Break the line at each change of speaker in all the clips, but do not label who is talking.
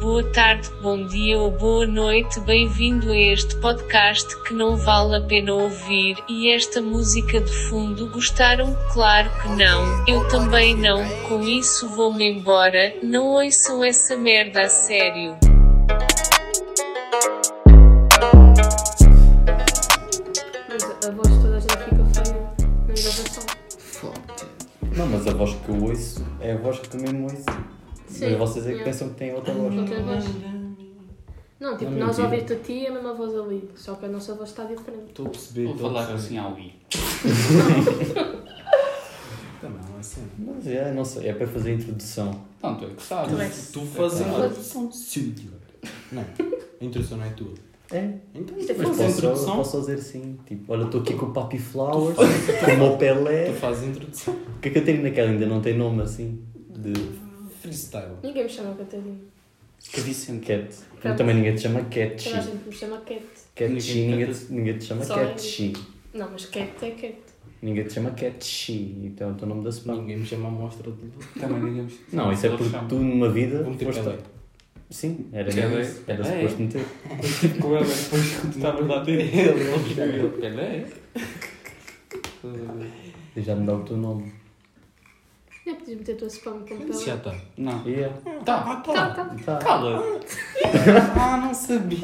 boa tarde, bom dia ou boa noite. Bem-vindo a este podcast que não vale a pena ouvir. E esta música de fundo gostaram? Claro que não. Eu também não. Com isso vou-me embora. Não ouçam essa merda a sério.
Mas a voz de toda a gente fica feia na gravação.
Foda.
Não, mas a voz que eu ouço é a voz que eu mesmo ouço.
Sim,
mas vocês é que
yeah.
pensam que têm outra voz.
Outra voz. Não, tipo,
Não,
nós
mentira.
ouvir-te a ti é a mesma voz ali, só que a nossa voz está diferente.
Estou a perceber.
Vou
estou a
falar
perceber.
assim ao I.
Também não é assim.
Mas é, não sei, é para fazer a introdução.
Não, tu é que sabes.
Tu é.
Tu fazes
Tá.
a introdução. Sim, senhor. Não, a introdução não é tua.
É,
Então,
Isto é
mas
fazes a
posso,
introdução.
posso fazer assim. Tipo, olha, estou aqui com o Papi Flowers, com o meu Pelé. é
Tu fazes a introdução.
Porque a Catarina Kelly ainda não tem nome assim. De
Freestyle.
Ninguém me chama Catarina.
que disse Cat.
Cat.
Também ninguém te chama Cat.
Toda a gente me chama Cat.
Cat
Ninguém-
ninguém, te- ninguém te chama
Só
Cat.
Não, mas Cat é Cat.
Ninguém te chama Cat. Então é o teu nome da semana.
Ninguém me chama a mostra de luz.
Também digamos.
Não, isso é porque tu numa vida.
Vou meter
foste-
Pelé.
Sim, era
Pelé.
mesmo isso. Era
Pelé.
suposto meter.
Tipo com ela depois quando estavas lá dentro. Ele, ele é.
E Já me dá o teu nome.
Já podias meter a tua spam com
Isso já
pela.
está.
Não.
Yeah.
Tá,
Então, Tá, tá.
Tá.
cala.
Ah, não sabia.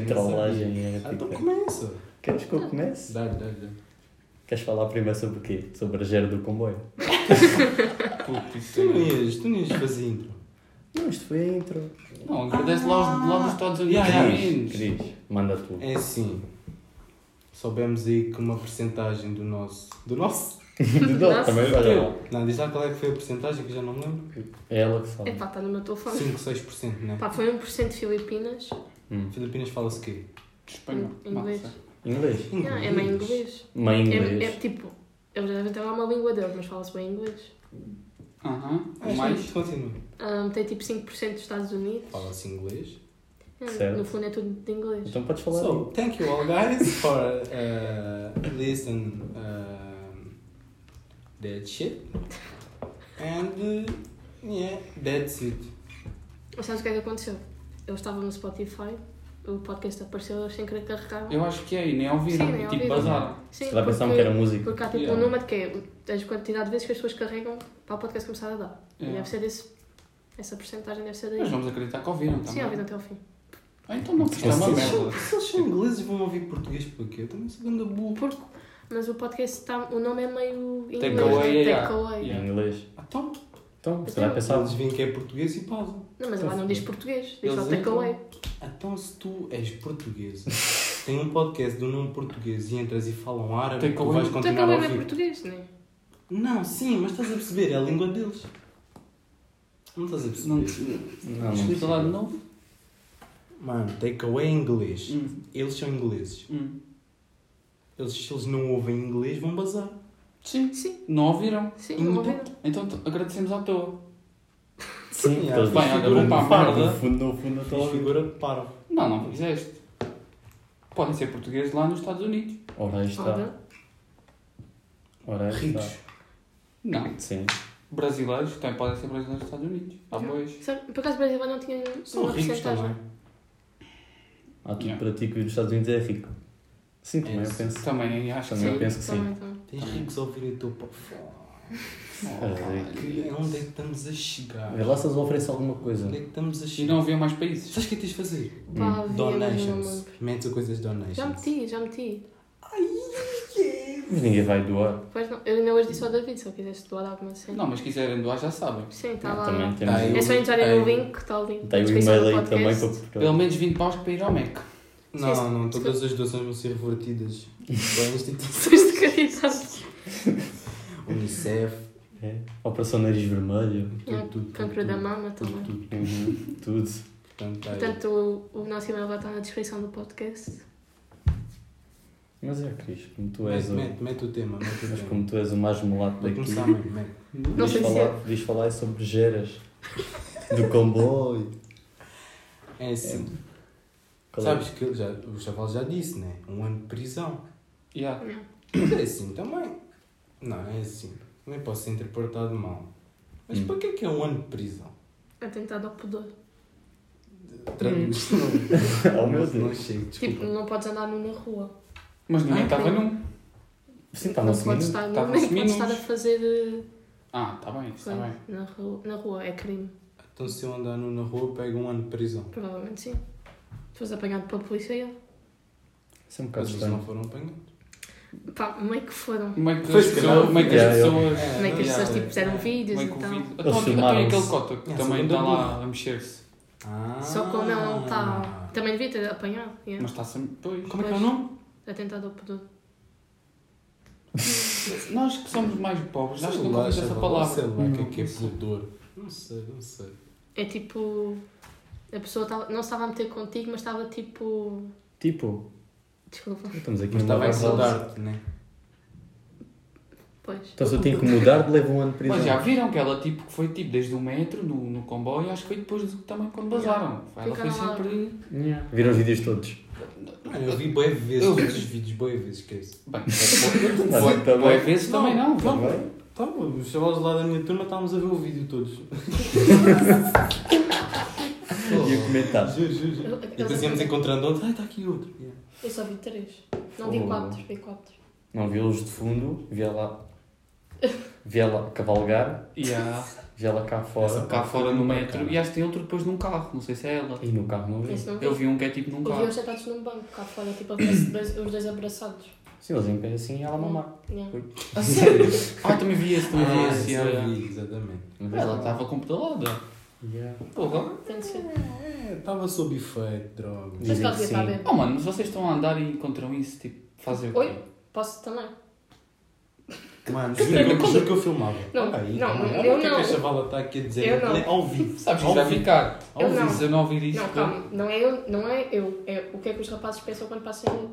não
Trollagem,
sabia.
é,
Ah, então
tipo-
começa.
Queres que eu comece?
Dá-lhe, dá-lhe. dá-lhe.
Queres falar primeiro sobre o quê? Sobre a gera do comboio?
Puto, isso
Tu não
é.
ias, tu não ias fazer intro.
Não, isto foi a intro.
Não, agradece lá
Ah.
os lá dos Estados Unidos.
Yeah,
Yeah,
yeah.
Cris, manda tu.
É assim. Soubemos aí que uma porcentagem do nosso. Do nosso?
De dó,
Nossa.
também olha lá.
Não, diz lá qual é que foi a porcentagem que eu já não me lembro.
É ela que fala.
Epá, está no meu telefone.
5, 6%, né?
Pá, foi 1% Filipinas.
Filipinas fala-se quê?
Espanhol.
Inglês.
massa.
Inglês.
Não, é meio inglês.
Mãe
É, é
inglês.
tipo, eles devem ter lá uma língua deles, mas fala-se bem inglês.
Aham.
Ah,
Mais.
mais? Continua.
Ahm, tem tipo 5% dos Estados Unidos.
Fala-se inglês.
É,
Certo.
no fundo é tudo de inglês.
Então podes falar.
So,
aí.
thank you all guys for uh, listen um, that shit. And uh, yeah, that's it.
Mas sabes o que é que aconteceu? Eu estava no Spotify, o podcast apareceu, eles sem querer carregaram.
Eu acho que é, e nem ouviram.
Sim, nem
Tipo,
ouviram.
bazar.
Sim,
Se calhar pensavam que
porque-
era música.
Porque há tipo um
Yeah.
número que é a quantidade de vezes que as pessoas carregam para o podcast começar a dar. E
Yeah.
deve ser desse. Essa porcentagem deve ser daí.
Mas vamos acreditar que ouviram
Sim,
também.
ouviram até ao fim.
Ah, então não, porque isto é uma
se,
Vocês-
merda.
eles, se eles são ingleses vão ouvir português porque eu também sou ganda burro.
Porque, mas o podcast está. O nome é meio inglês.
away,
né?
yeah.
Take away.
É Inglês.
Então,
Então, se
Então,
calhar pensavam.
eles veem que é português e pausam.
Não, mas lá não diz português, diz
Eles
só take
entram.
away.
Então se tu és português, tem um podcast do nome português e entras e falam árabe,
Take
tu
away.
vais
Take
continuar a
away não é
ouvir.
português, né?
Não, sim, mas estás a perceber, é a língua deles. Não estás a
Não,
perceber.
Não, não
escuta lá de novo.
Mano, takeaway é inglês.
Hum,
Eles são ingleses.
hum.
Eles, se eles não ouvem inglês, vão bazar.
Sim,
Sim,
não ouviram.
sim,
Então-
não ouviram.
Então t- agradecemos à toa.
Sim,
Sim,
eles
bem, olha,
figuram
vou para a
de parvo.
merda.
No fundo, no fundo, eu estou a
Então a
ouvir.
figura para.
Não, não fizeste. Podem ser portugueses lá nos Estados Unidos.
Ora, aí está.
Ora,
Ora, aí
Ricos.
está.
Não.
Sim.
Brasileiros também podem ser brasileiros nos Estados Unidos. Há bois.
sabe, Por acaso o Brasil não tinha
São
uma
ricos
porcentagem.
também.
Há tudo
Yeah.
para ti que os Estados Unidos é rico. Sim, também eu
Sim.
penso.
Também acho que
Também
sim.
eu penso que sim.
também, também.
Tens ricos a ouvir a tua pop.
Oh,
Caralho.
Que- É onde é que estamos a chegar?
Vê É lá se eles oferecem alguma coisa.
Onde é que estamos a
E não
chegar?
havia mais países.
Sabes o que é que tens de fazer?
Pá, havia, mas não me
Donations.
lembro.
Mete coisas donations.
Já meti, já meti.
Mas ninguém vai doar.
Pois não, eu ainda hoje disse ao David, se eu quisesse doar alguma cena.
Não, mas quiserem doar já sabem.
Sim, está lá.
Também
Tá
Ah,
aí.
temos.
É só entrarem no
Tem-
link, está o link.
Tem o
descrição
um e-mail
do
aí também
podcast.
para.
Pelo menos 20 paus para ir ao Mac.
Não, não, todas as doações vão ser revertidas é para a instituição.
Pessoas de caridade.
Unicef,
É. Operação Nariz Vermelho.
tudo, tudo.
Ah, Cancro
tudo,
da é?
tudo,
mama
Tudo,
também.
tudo.
Uhum. Tudo.
Portanto, tá aí.
Portanto, o, o nosso e-mail vai estar na descrição do podcast.
Mas é, Cris, como tu és
Mete,
o.
mete, mete o tema, mete
Mas
o
como é
tema.
tu és o mais mulato
Para
daqui,
começar, mete, mete.
Não
diz
sei se
falar, diz falar é sobre geras do comboio.
É assim.
Qual é?
Sabes que ele já, o Chaval já disse, né? Um ano de prisão.
Yeah.
Mas é assim também. Não, é assim. Também posso ser interpretado mal. Mas
Hum.
para que é que é um ano de prisão?
Atentado ao pudor.
Traduz. Não,
Oh, meu
não- Não
Deus.
chego, desculpa.
Tipo, não podes andar nu na rua.
Mas ninguém
Ah,
estava
ok.
num.
Sim,
Não
estava
podes
assim. né?
estar nu,
Tava
nem
assim,
podes estar a
minutos.
fazer eh,
Ah, está bem, está
coisa
bem.
na rua, na rua. É crime.
Então se eu andar nu na rua, pego um ano de prisão.
Provavelmente sim. Se fores apanhado pela polícia, eu.
Isso é um bocado
Mas eles não
estranho.
foram apanhados.
Pá, meio que foram.
Como é que
Pois,
as
se
pessoas.
calhar.
Como é que as
Yeah,
pessoas.
yeah.
Como é que as
Yeah,
pessoas tipo,
yeah.
fizeram vídeos
Como é
e
que o
tal.
vídeo- Então, aquele-
filmaram-se.
aquele cota que
Yeah,
também
só
está
deu
lá a mexer-se.
Ah.
Só como ele não tá.
Ah.
está. Também devia ter apanhado. yeah.
Mas está sempre. Pois. Como é que é o
Pois.
nome?
Atentado ao pudor.
Nós que somos mais pobres,
Sei
acho que
lá,
nunca ouvimos
sei
essa
lá,
palavra. Hum.
Sei lá, o que é que é
Não sei.
pudor? Não sei, não sei.
É tipo. A pessoa tava- não estava a meter contigo, mas estava tipo.
Tipo,
Desculpa.
estamos aqui
Mas estava a
numa base.
incomodar-te, né?
Pois.
Então se eu te incomodar, leva um ano de prisão.
Mas já viram que ela tipo, que foi tipo desde um metro no, no comboio, acho que foi depois do- também quando basaram. Ela foi
Ficaram lá.
sempre.
Yeah. Viram os vídeos todos.
Mano, eu vi boé vezes
Eu vi.
todos os vídeos, boé vezes, esquece.
Bem,
Mas
foi-
também-
foi vezes também não.
Tá
Não,
bem?
Tá bom, os chavales lá da minha turma estávamos a ver o vídeo todos.
E a comentar.
Juro, juro, juro.
Eu-
E depois íamos encontrando outro. Ai, está aqui outro. Yeah.
Eu só vi três. Não vi
Oh.
quatro, vi quatro.
Não, vi los de fundo, vi ela. Vi ela cavalgar,
E há
vi ela cá fora.
cá fora no metro. E acho que tem outro depois num carro, não sei se é ela.
E no carro não vi.
Esse não vi.
Eu vi um que é tipo num
Eu vi
carro.
os sentados num banco cá fora, tipo, os dois, os dois abraçados.
Sim, eles em pé assim ela mamar.
Yeah.
A sério? Ah, também vi esse, também vi
Ah,
esse.
sim,
já, já.
eu vi, exatamente.
Ela
tá-
estava computadora.
Yeah.
Porra.
Tem de ser.
É, estava sob efeito, droga.
Mas
Dizem
qual
que
dia
sim.
está a ver?
Oh mano, mas vocês estão a andar e encontram isso, tipo, fazem o quê?
Oi? Posso também?
Mano, juro
estranho,
que eu-
como-
juro que eu filmava.
Não,
Olha aí,
não,
calma.
eu
Olha o que é
não.
que a chavala está aqui a dizer.
Eu não.
É Ao vivo.
Sabes que
Ao
isto vai
vivo.
ficar.
Eu não.
Ouvi-se, eu não ouvir isto.
Não, calma, não é eu, não é eu, é o que é que os rapazes pensam quando passam.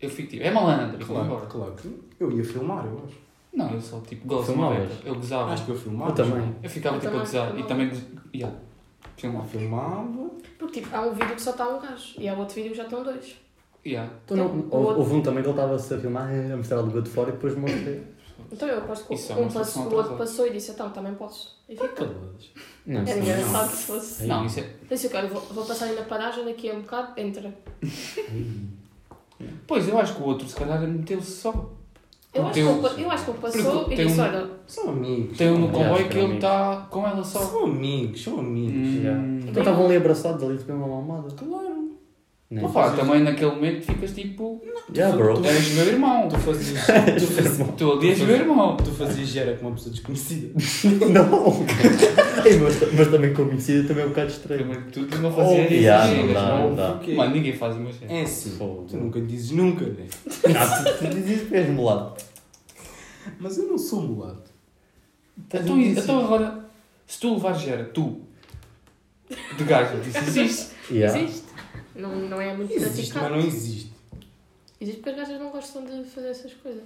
Eu fico tipo, é malandro, vou
Claro,
embora.
claro. que- Eu ia filmar, eu acho.
Não, eu só tipo gosto de
Filmavas?
beca. Eu gozava.
Acho que eu filmava.
Eu também.
Tá Eu ficava
Eu
tipo a
também
gozar. E
filmava.
também gozava. Yeah. Filmava.
Filmava.
Porque tipo, há um vídeo que só está um gajo e há outro vídeo que já estão dois.
Yeah.
Então, não, houve, houve um também que ele estava-se a filmar, eh, a mostrar a língua de fora e depois mostrei.
Então eu aposto que
Isso é
um
uma
passou,
solução
o outro
atrasada.
passou e disse, então também posso. E fica.
Caladas.
Não,
Era
sim, não.
engraçado se fosse. Então,
Não, isso é.
Disse, ok, vou, vou passar ali na paragem, daqui a um bocado, entra.
Pois, eu acho que o outro se calhar meteu-se só.
Eu
O
acho, que
teu-
ele, pa- eu acho que ele passou
um- Porque
e
tem
disse,
um-
olha,
São amigos.
Tem um no
Aliás,
comboio
para
que ele
mim.
está com ela só.
São amigos, são amigos.
Yeah.
Hum.
Então estavam ali abraçados, ali de uma mamada.
Claro.
Né?
Não faz, também naquele momento ficas tipo.
Yeah, bro.
És meu irmão.
Tu fazias. Tu fazias.
Tu ali és meu irmão.
Tu fazias gera com uma pessoa desconhecida.
Não! Ei, mas, mas também conhecida também é um bocado estranho.
Primeiro de tudo, não
Oh,
fazia isso.
yeah,
Sim,
não dá,
mas-
não dá.
Porquê?
Mano, ninguém faz uma cena.
É assim.
Fogo.
Tu nunca dizes nunca, né?
Ah, tu, tu dizes isso mesmo lá.
Mas eu não sou mulato.
um
Então, e- então agora, se tu levares gera, tu, de gajo, dizes isso.
Yeah.
existe. Não, não é muito
Existe, mas
praticado.
não existe.
Existe porque as gajas não gostam de fazer essas coisas.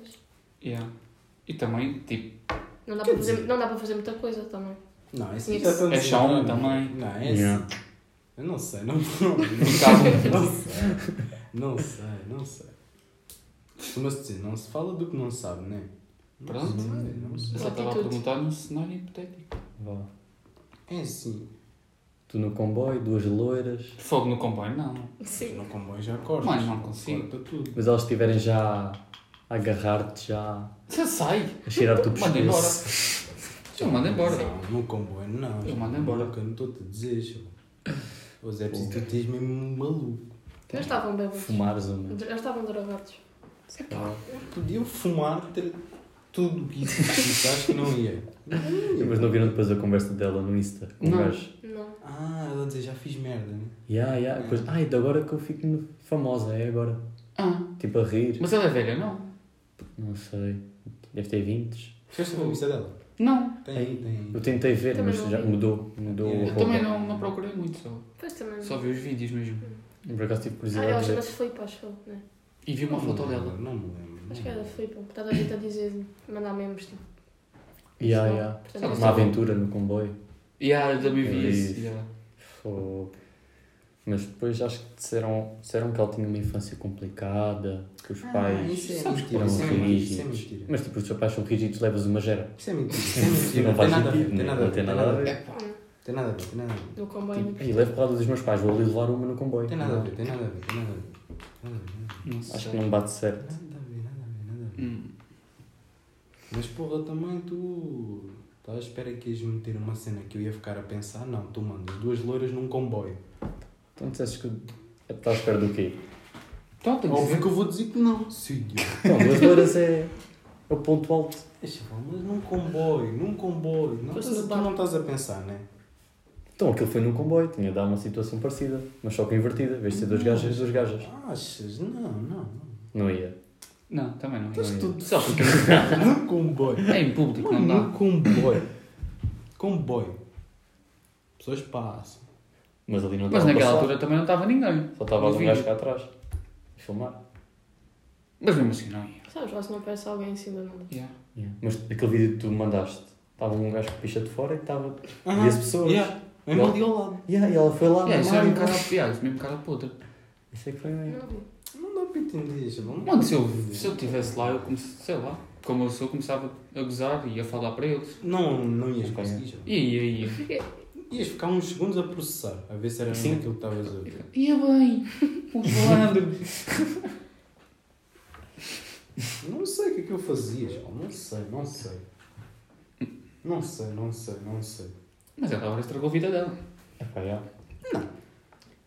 Yeah. E também, tipo,
Não dá,
Quer
para fazer,
dizer-
não dá para fazer muita coisa também.
Não, é
Isso.
assim.
É chão também.
Não, é
Yeah.
assim. Eu não sei, não, não,
ficava.
não sei. Não sei, não sei. Costuma-se dizer, não se fala do que não se sabe, né?
Pronto.
Não sei, não sei.
Eu só estava a perguntar num cenário hipotético.
Vá.
É assim.
Tu no comboio, duas loiras.
Fogo no comboio, não.
Sim.
No comboio já cortas.
Mas não consigo.
Corta tudo.
Mas elas estiverem já a agarrar-te, já
Você sai.
a cheirar-te o
Manda embora.
pescoço.
Eu mando embora.
Não, no comboio não.
Eu mando embora.
Nunca, não estou-te a dizer, chão. Ô Zé, preciso tu tens mesmo um maluco.
Eles estavam bêbados.
Fumares uma.
Eles estavam drogados.
Podia fumar ter tudo o que isso acho que não ia.
Mas não viram depois a conversa dela no Insta? Com
Não.
o gajo.
Não.
Ah, ela dizia, já fiz merda, né?
Yeah, yeah. Depois, ai, de agora que eu fico no- famosa, é agora.
Ah,
Tipo a rir.
mas ela é velha, não?
Não sei. Deve ter 20.
Fizeste a conversa dela?
Não. Uhum.
Tem, tem.
Eu tentei ver,
Também
mas
não
já
vi.
mudou. Mudou
Eu
a
Eu
roupa.
também não, não procurei muito, só.
Pois também.
Só vi os vídeos mesmo.
Por acaso tive
Ah, ela
curiosidade de ver.
chama-se Filipe, acho eu, né?
E vi uma
Não me
foto
lembro,
dela.
Não me lembro.
Acho que era Filipe, porque toda a gente a dizer, mandar memes, tipo.
Yeah,
Não,
yeah.
portanto, é
Sabe-
não
Uma
sabe-
aventura no comboio.
E ah, eu também vi
Eu vi
isso.
isso.
yeah.
Fogo. Mas depois acho que disseram, disseram que ela tinha uma infância complicada, que os pais
Isso é
Sabes
mentira,
eram
isso é mentira, isso é
rígidos.
mentira.
mas tipo, os teus pais são rígidos, levas uma gera.
Isso é mentira, isso é mentira.
Não
tem
faz
nada a ver,
sentido,
tem
né?
nada a
não
ver,
tem nada a ver.
Epá,
Tem nada a ver, tem nada a ver.
No comboio.
Tipo, e levo para a dos meus pais, vou ali levar uma no comboio.
Tem nada a ver, tem nada a ver, tem nada a ver. Nada a ver,
Não
Acho
sei.
que não bate certo.
nada a ver, nada a ver, nada a ver.
Hum.
Mas porra, também tu. Estava à espera que ias meter uma cena que eu ia ficar a pensar. Não, tu mandas duas loiras num comboio.
Então disseste que estás à espera do quê?
Então tem que
Óbvio
ser.
que eu vou dizer que não. Sim.
Não, duas loiras é é o ponto alto.
Deixa eu falar, mas num comboio, num comboio. Não
Fosse
estás,
no
tu
bar.
não estás a pensar, né?
Então aquilo foi num comboio, tinha de dar uma situação parecida, mas só que invertida. Em vez de ser dois gajas, duas gajas.
Achas? Não, não. não.
Não ia.
Não, também não.
Estás tudo
Só porque não
num comboio.
É em público,
Mano,
não
num
dá.
comboio. Comboio. Pessoas passam.
Mas ali não
Mas
estava
naquela
passado.
altura também não estava ninguém.
Só estava
No
ali um gajo
vídeo.
cá atrás. A filmar.
Mas mesmo assim não ia.
Sabes, lá se não aparece alguém assim do nada.
Yeah.
Mas aquele vídeo que tu mandaste, estava um gajo com picha de fora e estava 10
Aham.
pessoas.
Yeah. Mesmo ali ao lado.
Yeah, e ela foi lá.
Yeah, isso é
mamar.
mesmo cara, yeah, isso é mesmo cara podre.
Isso é que foi mesmo.
Não vi.
Não dá para entender, vamos
Mano, se eu se eu estivesse lá, eu comecei, sei lá, como eu sou, começava a gozar e a falar para eles.
Não, não ias conseguir. já.
E aí, ia.
Porquê?
Ias ficar uns segundos a processar, a ver se era
Sim.
mesmo aquilo que estavas a ver.
Ia bem, o Flandre.
Não sei o que é que eu fazia, João. Não sei, não sei. Não sei, não sei, não sei.
Mas ela agora estragou a vida dela.
Epá, É yeah.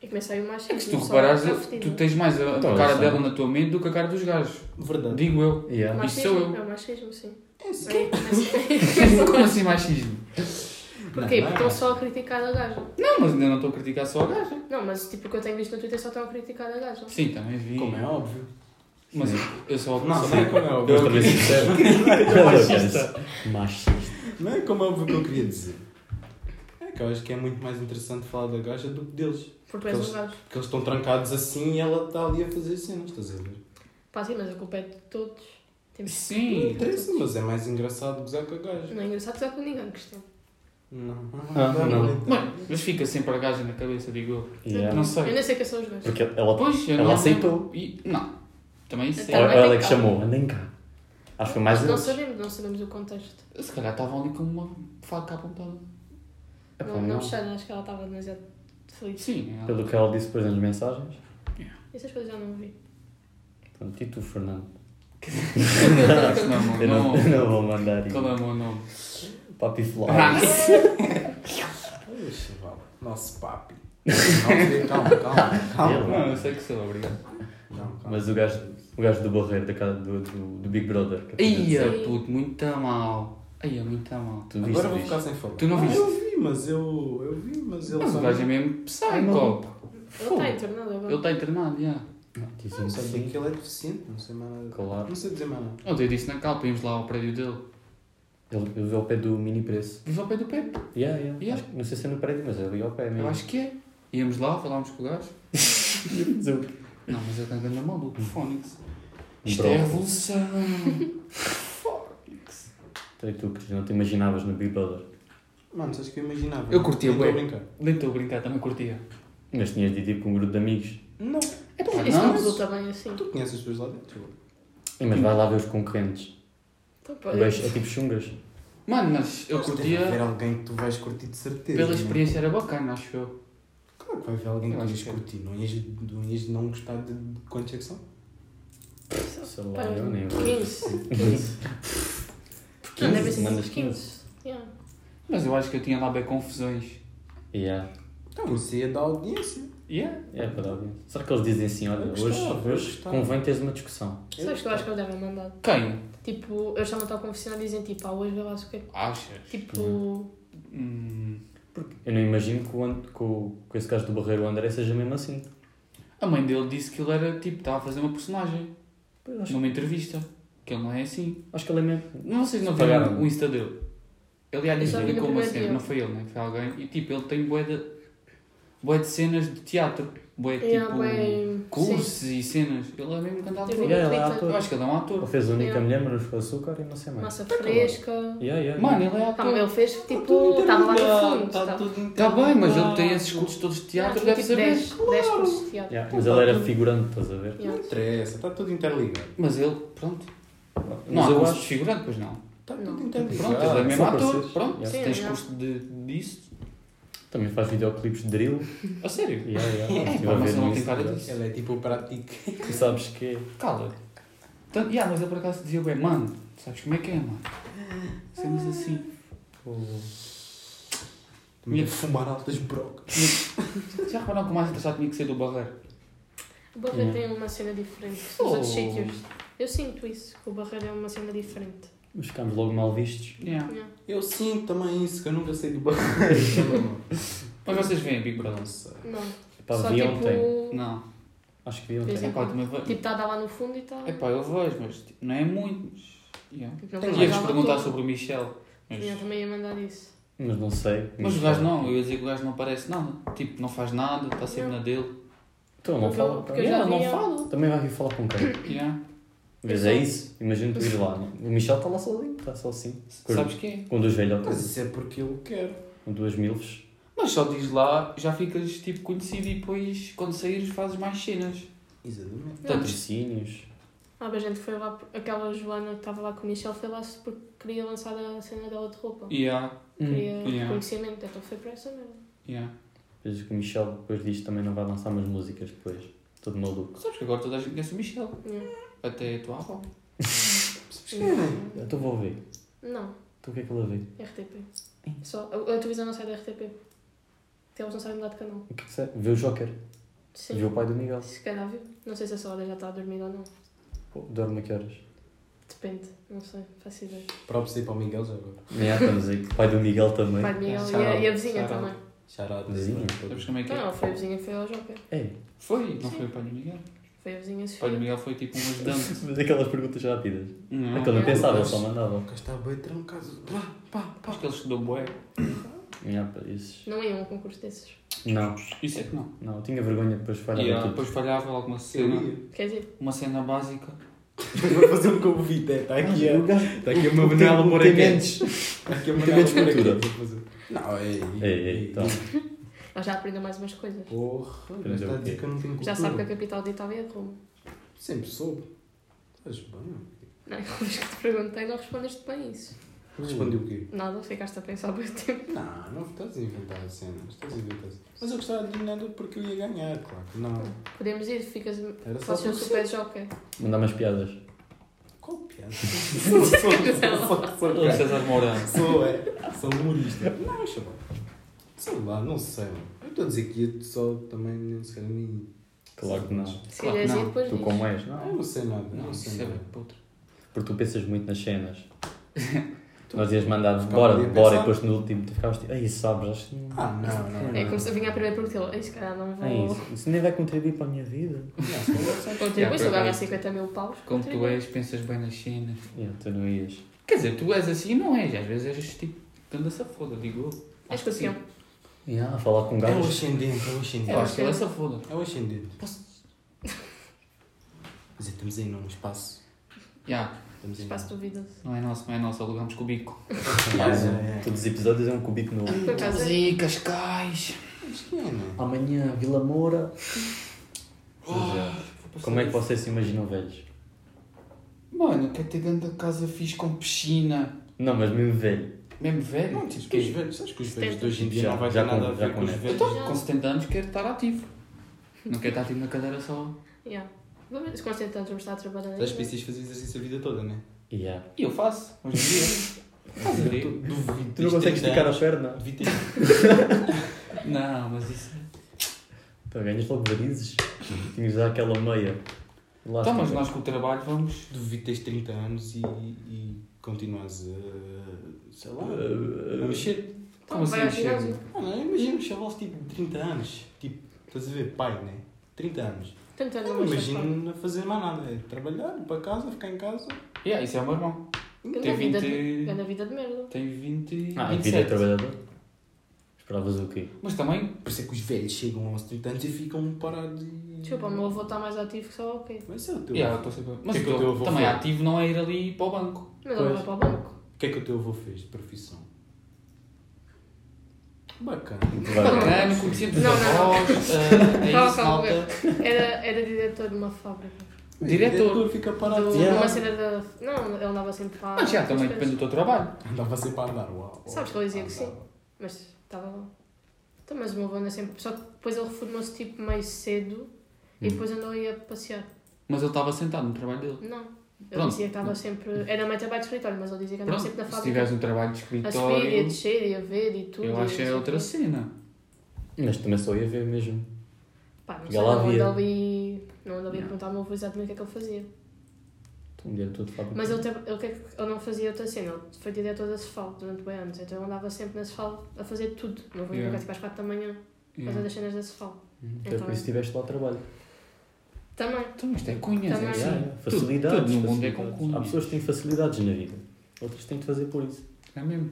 E começa aí o machismo.
É que se tu
só
reparares,
a fedida.
tu tens mais a, a
Então,
cara
sim.
dela na tua mente do que a cara dos gajos.
Verdade.
Digo eu.
É o
Yeah.
Isso sou
machismo,
eu.
é o machismo, sim.
É sério.
Como assim machismo?
Porquê?
Não, é
Porque
não.
estão só a criticar a gaja.
Não, mas ainda não estou a criticar só a gaja.
Não, mas tipo, o que eu tenho visto no Twitter só estão a criticar a gaja.
Sim, também vi.
Como é óbvio.
Mas eu só...
Não,
só-
não é como é
Mas
óbvio.
também se percebe. Machista. Machista.
Não é como é óbvio que eu queria dizer. É que eu acho que é muito mais interessante falar da gaja do que deles.
Porque tu és
Eles-
um gajo.
Porque eles estão trancados assim e ela está ali a fazer cenas, estás a ver?
Pá, sim, mas a culpa é de todos. Temos...
Não
Sim.
interessa, mas é mais engraçado gozar com a gaja.
Não é engraçado usar com ninguém, questão.
Não, não,
Ah,
não,
não.
não.
Mano, mas fica sempre a gaja na cabeça, digo eu.
Yeah.
Não
Eu
sei.
nem sei quem são os gajos.
é. Porque ela
Pois, eu
Ela
não-
aceitou.
E- Não. Também isso.
Então,
Ou
é.
Ela-
ela é que
cá.
chamou, andem cá. Acho que foi mais
Não
eles.
sabemos, não sabemos o contexto.
Se calhar estavam ali com uma faca apontada. É
Epá,
não,
não.
não me cheira, acho que ela estava demasiado feliz.
Sim. é ela-
Pelo que ela disse depois nas mensagens.
Essas coisas já não vi.
Portanto, e tu, Fernando?
Não,
Eu não,
não,
eu
não.
não vou mandar
Qual é
isso.
o meu nome?
Papi Fly.
Rax.
Ai, chaval, nosso papi. Calma, calma, calma, calma.
Ah, Não, eu sei que sou, obrigado.
calma, calma.
Mas o gajo, o gajo do Barreiro, da casa do, do, do Big Brother. que é eu
Ia,
Sim.
é, puto, muito mal. Ia, muito mal.
Tu viste,
Agora vou
viste.
ficar sem falar.
Tu não
Ah,
viste?
Eu vi, mas eu. Eu vi, mas ele
Mas
só Ah,
o gajo é mesmo psycho.
Ele está internado tá agora.
Ele está internado, já.
Dizem
Ah,
não
que
sei dizer
sim.
que ele é deficiente, não sei mais nada.
um Claro.
Não sei dizer mais nada.
Ontem eu disse na calpa, íamos lá ao prédio dele.
Ele viveu ao pé do mini preço.
Vive ao pé do Pepe,
Yeah, yeah.
Yeah.
Acho que- não sei se é no prédio, mas é ali ao pé mesmo.
eu acho que é. Íamos lá, falámos com o gajo.
que...
Não, mas ele está andando maluco, Fónix. Isto é
Bro.
revolução.
Então, e tu, que não te imaginavas no Big Brother.
Mano, sabes que eu imaginava.
Eu curtia,
Não estou a
bué.
brincar.
Nem estou a brincar, também curtia.
Mas tinhas de ir tipo com um grupo de amigos.
Não,
É pá,
Ah,
isso não,
não?
resulta bem assim.
tu conheces as pessoas lá dentro. bué.
Ih, Mas vai lá ver os concorrentes.
Então, pá,
O gajo é tipo chungas.
Mano, mas eu
Mas Tem que haver
curtia.
alguém que tu vais curtir de certeza.
Pela
né?
experiência era bacana, acho eu.
Claro que vai haver alguém que
Eu acho
vais
que é.
curtir. Não ias, não ias não gostar de, de quantos é que são?
Sei
Pá,
lá, eu nem vou.
15, 15. Não,
15?
deve ser
Mandas
15. Yeah.
Mas eu acho que eu tinha lá bem confusões.
Yeah.
Então isso ia dar audiência.
Yeah.
É para dar audiência. Será que eles dizem assim, olha,
Eu
hoje,
gostava, eu
hoje
gostava.
convém teres uma discussão.
Sabes que eu acho que eu dava mandado?
Quem?
Tipo, eu chamo-te ao confessionário e dizem tipo, ah, hoje vai lá o quê?
Achas?
Uhum.
Tipo,
Hum.
Eu não imagino que, o And- que, o- que esse gajo do Barreiro o André seja mesmo assim.
A mãe dele disse que ele era tipo, estava a fazer uma personagem
Pois, acho,
numa entrevista. Que ele não é assim.
acho que ele é mesmo.
Não sei se não
Pagaram.
viram o Insta dele. Ele aliás
Eu só vi
publicou
no
uma
primeiro
cena,
dia.
não foi ele, né? Foi alguém. E tipo, ele tem bué de, bué de cenas de teatro. Bué
yeah,
tipo
bem,
cursos e cenas. Ele é mesmo cantar
Teve
ator.
Yeah, ele é
um
ator.
ator.
Eu acho que ele é um
Ele
ator.
fez a única
Yeah.
mulher, mas com açúcar e não sei mais.
massa fresca.
Yeah, yeah.
Mano, ele é
Pá, mas
ator.
Ah, ele
Tá
fez
Tá
tipo, estava lá no fundo. então.
Está
estava-
Tá tudo
Está Tá bem, mas ele
interligado.
tem esses cursos todos de
Não,
teatro,
tinha,
deve
tipo
saber.
10, 10 cursos de teatro.
Tá Yeah, Mas
então tá
ele era figurante, estás a ver?
Não
Yeah.
interessa, está tudo interligado.
Mas ele, pronto. Não
Mas
há
eu
curso
acho.
de figurante, pois não.
Está
Não.
Tá tudo Ah,
Pronto, ele é
interligado.
mesmo
só
ator.
pareces.
Pronto,
Yeah.
se
Sim,
tens
yeah.
curso de, disso,
Também faz videoclipes de drill.
A sério?
Yeah, yeah.
É,
Estive
pá,
a
não
ver
sei lá
no
quem cara
Instagram.
disso.
Ele é tipo o prático.
Tu sabes que é.
Cala. Então, yeah, mas eu por acaso dizia, bem, mano, sabes como é que é, mano? Cenas assim.
Tinha de fumar altas brocas.
Já repararam que o mais interessado tinha que ser do Barreiro?
O Barreiro tem uma cena diferente dos
Oh.
outros sítios. Eu sinto isso, que o Barreiro é uma cena diferente.
Mas ficámos logo mal vistos.
Yeah.
Yeah.
Eu sinto também isso, que eu nunca sei de barreiro.
Mas vocês veem Big
Não
Brother?
sei.
Não.
Pá,
Só
vi
tipo.
ontem.
Não.
Acho que vi
Por
ontem.
É
exemplo,
pá, também vejo.
Tipo, está a dar lá no fundo e está.
É pá, eu vejo, mas tipo, não é muito. Mas, yeah.
Tipo, Não
Tem
vai
Ia-vos
dar lá
perguntar
tudo.
sobre o Michel. Mas,
Yeah, também ia mandar isso.
Mas não sei. é-
mas o gajo não, eu ia dizer que o gajo não aparece nada. Tipo, não faz nada, está sempre
Não.
na dele.
Então não
Porque
fala
eu-
para
porque eu já
Yeah, não
vi a-
fala. Também vai vir falar com quem?
Yeah.
Mas é isso. Imagina tu ir lá. O Michel está lá sozinho. Está só assim. Com-
Sabes quem é?
Com duas velhotas.
Mas isso é porque eu quero.
Com duas milfes.
Mas só diz lá, já ficas tipo conhecido e depois quando saíres fazes mais cenas.
Exatamente.
Tanto-
Patrocínios.
Ah, mas a gente foi lá, por- aquela Joana que estava lá com o Michel foi lá porque queria lançar a cena dela de roupa.
Yeah,
Queria
Hum, yeah.
reconhecimento, então foi para essa mesmo.
yeah.
Depois que o Michel depois diz também não vai lançar umas músicas depois. Todo maluco.
Sabes que agora toda a gente conhece o Michel.
Yeah.
Até a tua avó.
Eu estou Então vou ver.
Não,
Então o que é que ela vê?
RTP. Só, a, a televisão não sai da RTP. Até eles não sabem mudar de canal.
O que é que sabe? Vê o Joker.
Sim.
Vê o pai do Miguel.
Se calhar viu. Não sei se essa hora já está a dormir ou não.
Pô, dorme a que horas?
Depende, não sei, faço ideia.
Próprio sei para o Miguel já agora.
Nem há estamos aí. O pai do Miguel também.
Pai de Miguel
Yeah,
e a, e a
shout
vizinha
out,
também.
Charado.
Vizinha.
Sabes como é que
Não,
é?
não, foi a vizinha, foi ao Joker.
Ei,
Foi, não
Sim.
foi o pai do Miguel.
Foi a vizinha
O pai do
Sofia.
Miguel foi tipo um ajudante.
mas aquelas perguntas rápidas.
Não.
Aquele não
Ah,
pensava, ele
mas-
só mandava.
Nunca está bem trancado.
Acho que ele estudou bué.
Yeah, pá, esses-
Não ia a um concurso desses.
Não,
Isso é que não.
não, eu tinha vergonha depois de falhar
Yeah,
tudo.
Depois falhava alguma
Eu
cena.
ia.
Quer dizer,
Uma cena básica.
Vou fazer um convite. Está
É
aqui é. a. Está Tá aqui a
O
uma
Manel
Manela
Moraguetes.
Está aqui a
Tem menos
Manela Moraguetes.
cultura.
Vou fazer. Não, é.
Ei, ei, então.
ela já aprendeu mais umas coisas.
Porra,
Quer dizer
está tá a
o quê?
dizer que eu não tenho cultura.
Já sabe que a capital de Itália é Roma.
Sempre soube. Estás bem?
Não, mas que te perguntei, não respondeste bem isso.
Respondi o quê?
Nada, ficaste a pensar muito tempo.
Não, não estás a inventar cenas. Estás a inventar cenas. Mas eu gostava de nada porque eu ia ganhar, claro que não.
Podemos ir, ficas.
Era só
Posso ser o
porque
super joker.
Mandar umas piadas.
Qual piada? Sou- sou- sou- sou- sou-
O César Mourão.
Sou, é. Sou humorista. Não, chaval. Sei lá, não sei, mano. Eu estou a dizer que eu só também nem sei nem.
Claro que não.
Se
Claro que
quiseres
não.
ir, depois
Tu
diz.
como és, não? é?
Ah, eu não sei nada, eu
Não,
não
isso
sei
é
nada.
bem puto.
Porque tu pensas muito nas cenas.
Tu-
Nós ias mandar
Ficava
bora,
ali a
bora, e
pensar.
depois no último tu ficavas tipo, ai, isso sabes, acho que não.
Ah, não, não.
É
não.
como se eu vinha a primeira pergunta ele, "Ei, se calhar não vou.
É isso, isso nem vai contribuir para a minha vida.
Não, só vou- só-
Yeah,
Contribuis,
por
eu ganho
acaso.
50 mil paus.
Como tu
contribui.
és, pensas bem nas cenas.
Yeah, tu não ias.
Quer dizer, tu és assim e não és. Às vezes és tipo, tanta safoda, digo eu.
És
Acho que sim.
campeão.
Yeah, falar com
É o
gajos.
ascendente, é o
Eu
ascendente.
acho que ele é safoda.
É o ascendente.
Posso-
Mas é, estamos aí num espaço.
Yeah,
Estamos aí num
Espaço duvidoso.
não é nosso, não é nosso, alugamos com o bico.
espaço. É,
Todos os episódios é um cubico novo.
Por acaso, é.
Zé Cascais.
Mas que é, né?
Amanhã, Vila Moura. Mas, yeah. Como é que vocês se imaginam velhos?
Mano, quero ter grande casa fixe com piscina.
Não, mas mesmo velho.
Mesmo velho?
Não, tipo, que os velhos, sabes que os velhos de hoje em dia
É. Já-
não vai
já
ter nada a
com- já
ver com
com
os
neto.
Eu
velhos.
Então,
tô, Então, com 70 anos quero estar ativo. Não quero estar ativo na cadeira só.
é. Yeah. Vamos, se concentramos, vamos estar a trabalhar nisso.
As pessoas fazem exercício a vida toda, né?
Yeah.
E eu faço, hoje em dia. Estás a ver?
Duvido.
Tu não consegues esticar a perna?
Duvido.
Não, mas isso.
Pá, ganhas logo varizes. Tinhas já aquela meia. Lá
Então, mas nós com o trabalho vamos.
Duvido tens 30 anos e, e continuas a. sei lá.
Uh,
a mexer.
Então,
Como assim,
vai ao
chega?
ginásio.
Ah, não, imagina um chaval tipo de 30 anos. Tipo, estás a ver, pai, né? 30 anos.
Tanto
Eu
ando
não
mais tempo.
imagino não fazer mais nada. É trabalhar, ir para casa, ficar em casa.
Yeah, isso é o meu irmão.
Ganda
Tem
vida
20.
de- ganda vida de merda.
Tem
Ah,
20.
e vida
27.
é trabalhador? Esperavas o quê?
Mas também.
Por isso é que os velhos chegam aos 30 anos e ficam parados e.
Desculpa, o meu avô está mais ativo que só o quê?
Mas é o teu.
Yeah, eu
avô.
tô sempre...
O
Mas
que é que
eu
o
tô-
teu avô
também
fez?
ativo não é ir ali para o banco.
Mas ele
Pois.
vai para o banco.
O que é que o teu avô fez de profissão? Bacana.
Vai,
Bacana, conhecemos os
Não, não,
avós. ah, É
Calma,
isso,
calma,
malta.
Era, era diretor de uma fábrica.
Diretor.
fica parado.
Do-
Yeah.
de Uma cena da. Não, ele andava sempre para.
Mas Ah, já, também
para-
depende do Ah, teu trabalho.
Andava sempre a andar, uau.
Sabes que eu dizia que sim.
Andava.
Mas estava lá. Então, mas o meu avô anda sempre. Só que depois ele reformou-se tipo mais cedo e
Hum.
depois andou aí a passear.
Mas ele estava sentado no trabalho dele.
Não. Ele
Pronto.
dizia que estava sempre. Era mais trabalho de escritório, mas ele dizia que andava
Pronto,
sempre na
se
fábrica.
tiveres um trabalho de
A subir e a
escritório,
descer e a ver e tudo.
eu
e
acho que é
não
outra
sei o quê.
cena.
Mas também só ia ver mesmo.
Pá, não
Já
sei,
lá
não
via.
ando ali. Não ando ali a
Não.
perguntar ao meu avô exatamente o que é que ele fazia.
Então, diretor de fábrica.
Mas ele, teve, ele, que- ele não fazia outra cena, ele foi diretor da Cefal durante bem anos, então eu andava sempre na Cefal a fazer tudo. Não vou
Yeah.
nunca tipo às 4 da manhã, fazer
Yeah.
as cenas da Cefal.
Até por
Então-
isso tiveste lá trabalho.
Também.
Então isto é cunhas,
Também.
é
Yeah,
assim.
yeah. Facilidades.
Tudo, tudo no mundo é com
facilidades.
cunhas.
Há pessoas que têm facilidades na vida. Outras têm de fazer por isso.
É mesmo.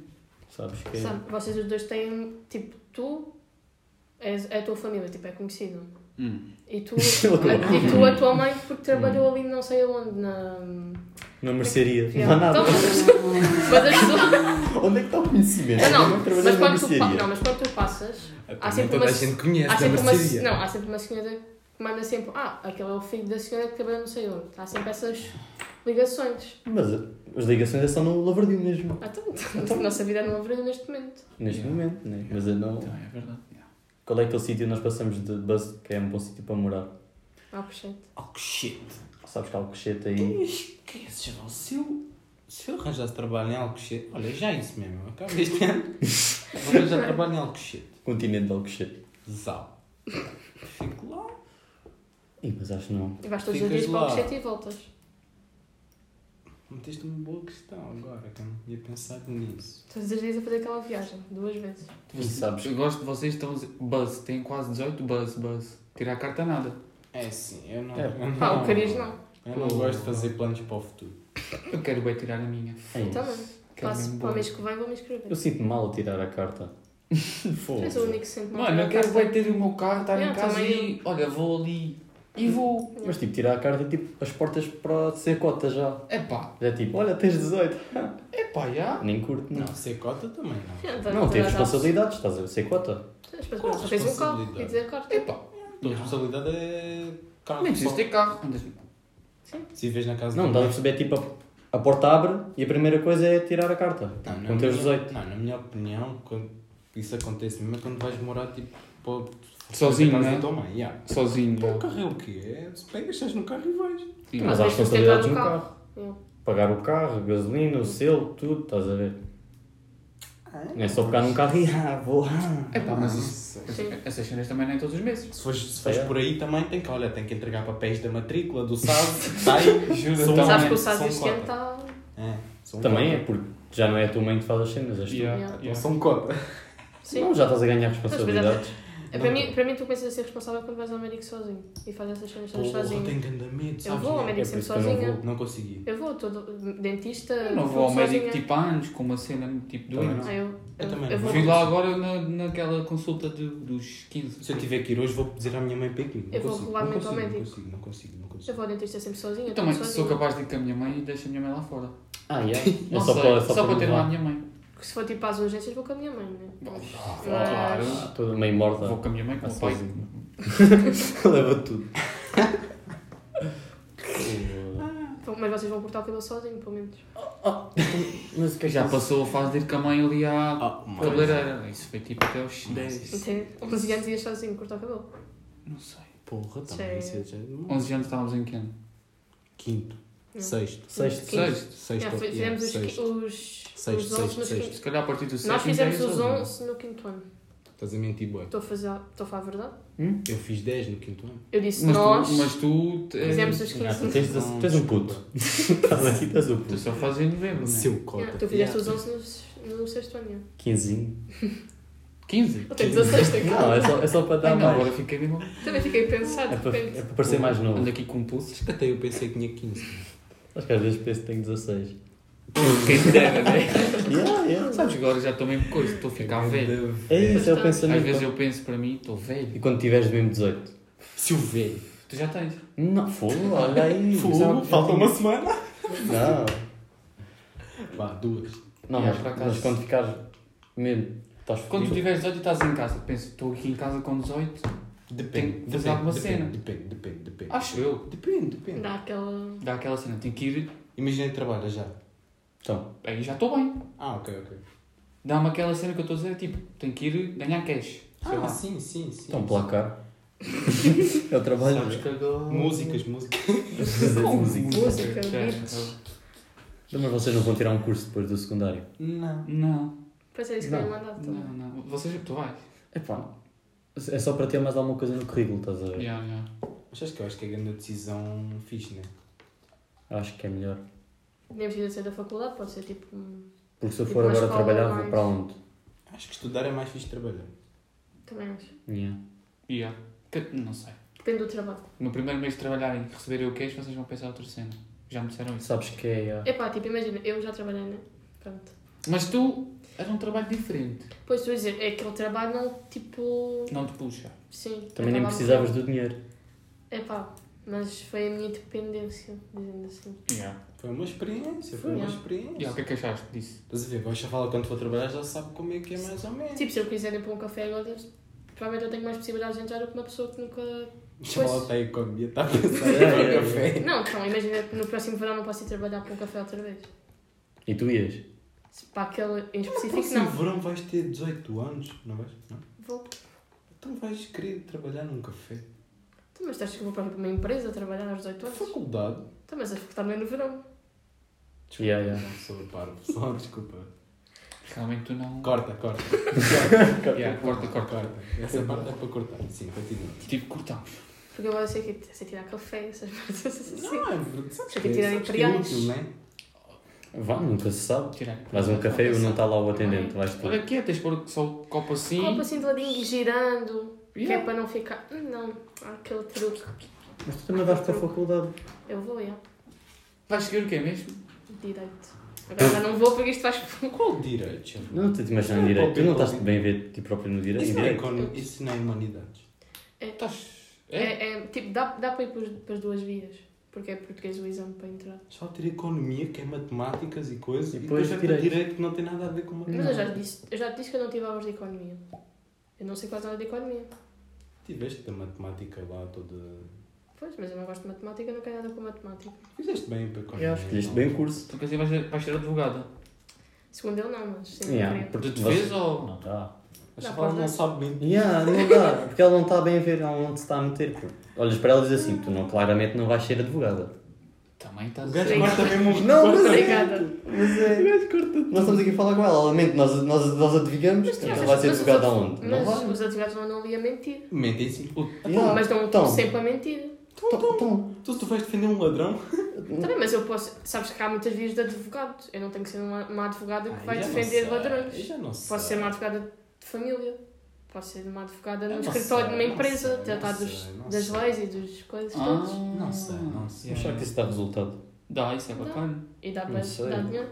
Sabes que é-
Sabe, vocês os dois têm, tipo, tu és, é a tua família, tipo, é conhecido.
Hum.
E tu, a, e tu a tua mãe porque trabalhou ali não sei aonde, na...
Não mercearia.
Yeah.
Não há nada.
Então, mas as pessoas...
Onde é que está o conhecimento?
Então- Ah, Não, não,
Eu trabalhei
mas
numa
quando, tu, pa-
mercearia.
não, mas quando tu passas,
Há
sempre
sempre toda
uma-
a gente conhece
há
da
sempre, uma,
mercearia.
não, há sempre uma senhora que manda sempre, ah, aquele é o filho da senhora que trabalha não sei onde. Há sempre essas ligações.
Mas uh, as ligações é só no Lavradio mesmo.
Ah, então, então, a nossa vida não abriu neste momento.
Neste
Yeah.
momento, né? Mas eu não.
Então é verdade. Yeah.
Qual é aquele sítio onde nós passamos de bus que é um bom sítio para morar?
Ah, puxante.
Oh, shit.
Sabes que há o cochete aí.
Esquece, João. Se eu, se eu arranjasse trabalho em Alcochete... Olha, já é isso mesmo. eu Acabo este ano. Vou arranjar trabalho em Alcochete.
Continente de Alcochete.
Zau. Fico lá.
Ih, mas acho que não.
E vais todos os
Ficas
dias para
lá.
o Cochete e voltas.
Meteste uma boa questão agora, que eu não tinha pensado nisso.
Todos os dias a fazer aquela viagem, duas vezes.
E sabes
Eu gosto de vocês estão a dizer buzz, têm quase 18 buzz, buzz. Tirar a carta nada.
É sim, eu não...
É.
eu
Pá, o
não-
Cariz não.
Eu não gosto de fazer planos para o futuro.
Eu quero bem tirar a minha.
É isso.
Então não.
Que é
Passo
bem
para o
bom.
mês que vem, vou me
Eu
inscrever.
sinto mal a tirar a carta.
Tu
Fogo.
és o único que sente mal.
Mano, eu quero bem ter o meu carro, estar em
Yeah,
casa
também Hum.
e. Olha, vou ali. E vou.
Mas tipo, tirar a carta é tipo as portas para ser cota já.
Epá,
Já é tipo, olha, tens 18.
epá, já.
Nem curto, não.
Não, ser cota também não.
Não, tens responsabilidades, estás a ver? Ser cota.
Só tens um carro e
responsabilidade?
dizer corta.
Epá.
Tua responsabilidade é carro.
Nem preciso ter carro. Andas-
Se vês na casa
Não,
do
estás a
pai-
perceber? Tipo, a, a porta abre e a primeira coisa é tirar a carta.
Não, na
com teus
minha-
18.
Não, na minha opinião, quando isso acontece mesmo é quando vais morar tipo para
Sozinho,
para casa
né?
da tua mãe, yeah.
Sozinho.
Pô, o carro é o quê? É, se pegas, estás no carro e vais.
Sim.
Mas há
Mas tens de
responsabilidades
ter um
no
lá o
carro. Pagar o carro, a gasolina, o selo, tudo, estás a ver? Não é só pegar num carro e ah, vou. ah.
Epá, mas isso.
Sim.
Essas cenas também não é todos os meses.
Se fores, se fores
É.
por aí também tem que, olha, tem que entregar papéis da matrícula, do SAD, sai,
Jura,
sou um-
Também,
Sabes que tá- o
sou
Sado
um
este ano
cota.
está...
É, sou um
Também é
cota.
porque já não é a tua mãe que faz as cenas, és tu.
Yeah,
Yeah.
yeah.
Sou um cota.
Sim.
Não, já estás a ganhar
Mas, por
responsabilidades.
É, Para mim, para mim, tu começas a ser responsável quando vais ao médico sozinho e fazes essas cenas todas
Porra,
sozinho.
tenho grande medo,
Eu
sabes?
vou ao
né?
É
médico
por
sempre
isso que eu não
sozinha.
vou.
Não consegui.
Eu vou, todo dentista.
Eu não vou ao
sozinha.
médico tipo há anos com uma cena tipo
Também
doente.
Ah, eu,
Eu
eu,
também
eu
não.
vou.
Fui lá agora na, naquela consulta de, dos 15.
Se eu tiver que ir hoje, vou dizer à minha mãe para ir comigo. Não
Eu vou
consigo,
regularmente
não
ao
consigo,
médico.
Não consigo, não
Eu
consigo, não
vou ao dentista sempre sozinha.
Eu também
tudo
Então, sou
sozinha.
capaz de ir com a minha mãe e deixo a minha mãe lá fora.
Ah, yeah.
Não
é só
só sei,
para,
só para ter lá a
levar.
minha mãe.
Porque se for tipo às urgências, vou com a minha mãe, né?
Claro.
Ah, Toda meio
Vou
morta.
com a minha mãe, com
Ah,
o meu pai.
sozinho. Leva tudo.
Então, Mas vocês vão cortar o cabelo sozinho, pelo menos.
Mas o que é que
Já passou a fase de ir com a mãe ali à
Ah, mas-
cabeleireira. Isso foi tipo até aos 10.
Até 11 anos ias sozinho cortar o cabelo.
Não sei.
Porra,
Sim.
também. isso é já-
11 anos estávamos em que ano?
Quinto,
Não.
sexto.
Sexto.
Quinze.
Sexto.
Sexto,
Já, foi-
yeah,
fizemos os, qui-
sexto.
os,
Sexto,
os 11
sexto,
nos
sexto.
quinto.
Se calhar a partir do é 6.
Nós fizemos os 11 no quinto ano.
Estás a mentir, boy.
Estou a fazer, estou a falar a verdade?
Eu fiz 10 no quinto ano.
Eu disse
Mas
nós
tu, mas tu, eh,
fizemos os
Ah,
15.
Tens, de- tens um puto. Estás aqui, estás um
tu
puto.
só fazes em novembro, né?
Seu cota.
Yeah, tu fizeste os 11 no, no sexto ano.
Quinzinho.
15?
Eu tenho 16 aqui.
Não, é só, é só para
Ah,
dar
não,
mais.
agora fiquei mesmo.
Também fiquei a pensar,
É
de
para,
repente.
é para parecer mais novo.
Ando aqui com pulsos.
Até eu pensei que tinha 15.
Acho que às vezes penso que tenho 16.
Quem dera,
é?
né?
Yeah, yeah.
Sabes que agora já estou mesmo coisa, estou a ficar velho.
É isso, é
Às
o
Às
pensamento.
vezes eu penso para mim, estou velho.
E quando tiveres mesmo 18?
Se o velho.
Tu já tens.
Não, fogo, olha aí. é um
Fogo, falta uma semana.
Não.
Vá, duas.
Não,
Yeah,
mas,
por acaso.
mas quando ficares mesmo, estás
Quando tu
fodido.
tiveres 18 e estás em casa, penso, estou aqui em casa com 18, Tem que
Depende.
fazer
depende,
alguma
depende,
cena.
Depende, depende, depende.
acho eu.
Depende, depende.
Dá aquela.
Dá aquela cena, tenho que ir,
Imagina que trabalha já.
Então,
aí já estou bem.
Ah, ok, ok.
Dá-me aquela cena que eu estou a dizer, tipo, tenho que ir ganhar cash. Sei
Ah,
lá.
sim, sim, sim.
Então, placar. é o trabalho.
Sabes que agora... Músicas, músicas.
Música.
Música,
Já,
beats.
já.
Então, mas vocês não vão tirar um curso depois do secundário?
Não.
Não,
Pois é, isso que eu
Não,
ia
Ah,
mandar
tá
não,
também.
não. Vocês, tu vais.
Epá, é só para ter mais alguma coisa no currículo, estás a ver?
Yeah, yeah.
Mas sabes que eu acho que é a grande decisão fixe, né?
Acho que é melhor.
Nem precisa ser da faculdade, pode ser tipo. um-
Porque se eu
E
for
para a
agora
escola é
trabalhar,
mais.
vou para onde?
Acho que estudar é mais fixe de trabalhar.
Também acho.
Yeah.
Yeah. Que- Não sei.
Depende do trabalho.
No primeiro mês de trabalhar e receberem o queixo, vocês vão pensar outra cena. Já me disseram isso.
Sabes que é. yeah.
Epá, tipo, imagina, eu já trabalhei, né? Pronto.
Mas tu era um trabalho diferente.
Pois estou a dizer, é aquele trabalho não tipo.
Não te puxa.
Sim.
Também nem precisavas do dinheiro.
É pá, mas foi a minha dependência, dizendo assim.
Yeah.
Foi uma experiência, foi
Sim,
uma
é.
experiência.
Yeah, o que é que achaste disso?
Estás a ver, agora já fala quando for trabalhar já sabe como é que é mais ou menos.
Tipo, se eu quiser ir para um café agora, provavelmente eu tenho mais possibilidades de entrar do que uma pessoa que nunca.
Já
pois. É,
fala está tá a economia, está a pensar em tomar café.
Não, então, imagina que no próximo verão não posso ir trabalhar para um café outra vez.
E tu ias?
Se para aquele em específico,
Próximo
não.
Então, assim, verão vais ter 18 anos, não vais? Não?
Vou.
Então vais querer trabalhar num café.
Então, mas estás que eu vou para uma empresa trabalhar aos 18 anos?
Faculdade.
Então, mas a faculdade não é no verão.
Desculpa,
Yeah, yeah.
não sou parvo, só desculpa.
Realmente tu não.
Corta, corta.
Yeah, corta, corta.
Essa parte é para cortar. Sim, continua.
Tipo, cortamos.
Porque agora eu sei que sei tirar café, essas coisas assim.
Não, é verdade. Sabes
Tem que
que é-
tirar
sabes que é
imperiais.
útil, né?
Vá, nunca se sabe.
Tirar.
Vais a um café e não está lá o atendente, vais tu.
Olha aqui, é, tens de pôr só o copo assim.
Copa assim do ladinho, girando, que é
Yeah.
para não ficar. Hum, Não, há aquele truque.
Mas tu também vais para a faculdade.
Eu vou, já.
Vais seguir o quê mesmo?
Direito. Agora já não vou porque isto faz.
Qual direito? chama?
Não te imaginas direito. Tu não estás bem a ver ti próprio no direito.
Isso
em
não é
direito.
econo- isso não é humanidades.
Estás. É?
É, é, tipo, dá, dá para ir para as- para as duas vias. Porque é português o exame para entrar.
Só ter economia, que é matemáticas e coisas,
E
e
depois
depois, vai ter
direito.
direito que não tem nada a ver com uma
Mas eu já, te disse, eu já te disse que eu não tive aulas de economia. Eu não sei quase nada de economia.
Tiveste da matemática lá toda.
Pois, mas eu não gosto de matemática, não quero nada com matemática.
Fizeste bem para economia.
Yeah, Escolheste bem o curso.
Tu quer dizer, assim vais ser, vais ser advogada.
Segundo ele, não, mas sim. é
Yeah,
De
porque tu
defesa ou.
Não dá.
Mas
Não,
só ela
pode
não
ser.
sabe bem.
Yeah, não dá, porque ela não está bem a ver ela não te está a meter. pô. Olhas para ela e diz assim: tu não, claramente não vais ser advogada.
Também tá estás.
O gajo
Sim.
corta mesmo os
Não, mas
corta
é.
mesmo.
Obrigada.
Mas é. Nós estamos aqui a falar com ela, obviamente nós, nós, nós adivinhamos
Mas,
que
tu
ela
Então
achas-
vai ser
mas os
advogada
advogados-
aonde? Não
Mas
vai.
os advogados não andam ali a mentir.
Mentem sim. Tu,
Yeah.
Mas não
Então,
estão sempre a mentir.
então, então,
tu vais defender um ladrão?
Também, mas eu posso. Sabes que há muitas vias de advogado. Eu não tenho que ser uma, uma advogada que
Ah,
vai
eu já não
defender
sei,
ladrões.
eu Já não sei.
Posso ser uma advogada de família. Posso ser uma advogada
Eu
num
não
escritório de
sei,
uma
não
empresa,
sei,
tratar
não
dos,
sei, não
das
sei. Ah,
leis e dos coisas todas.
Ah.
Não sei, não sei.
Achar que isso dá resultado.
Dá, isso é bacana.
E dá
Não
para
sei.
dar dinheiro.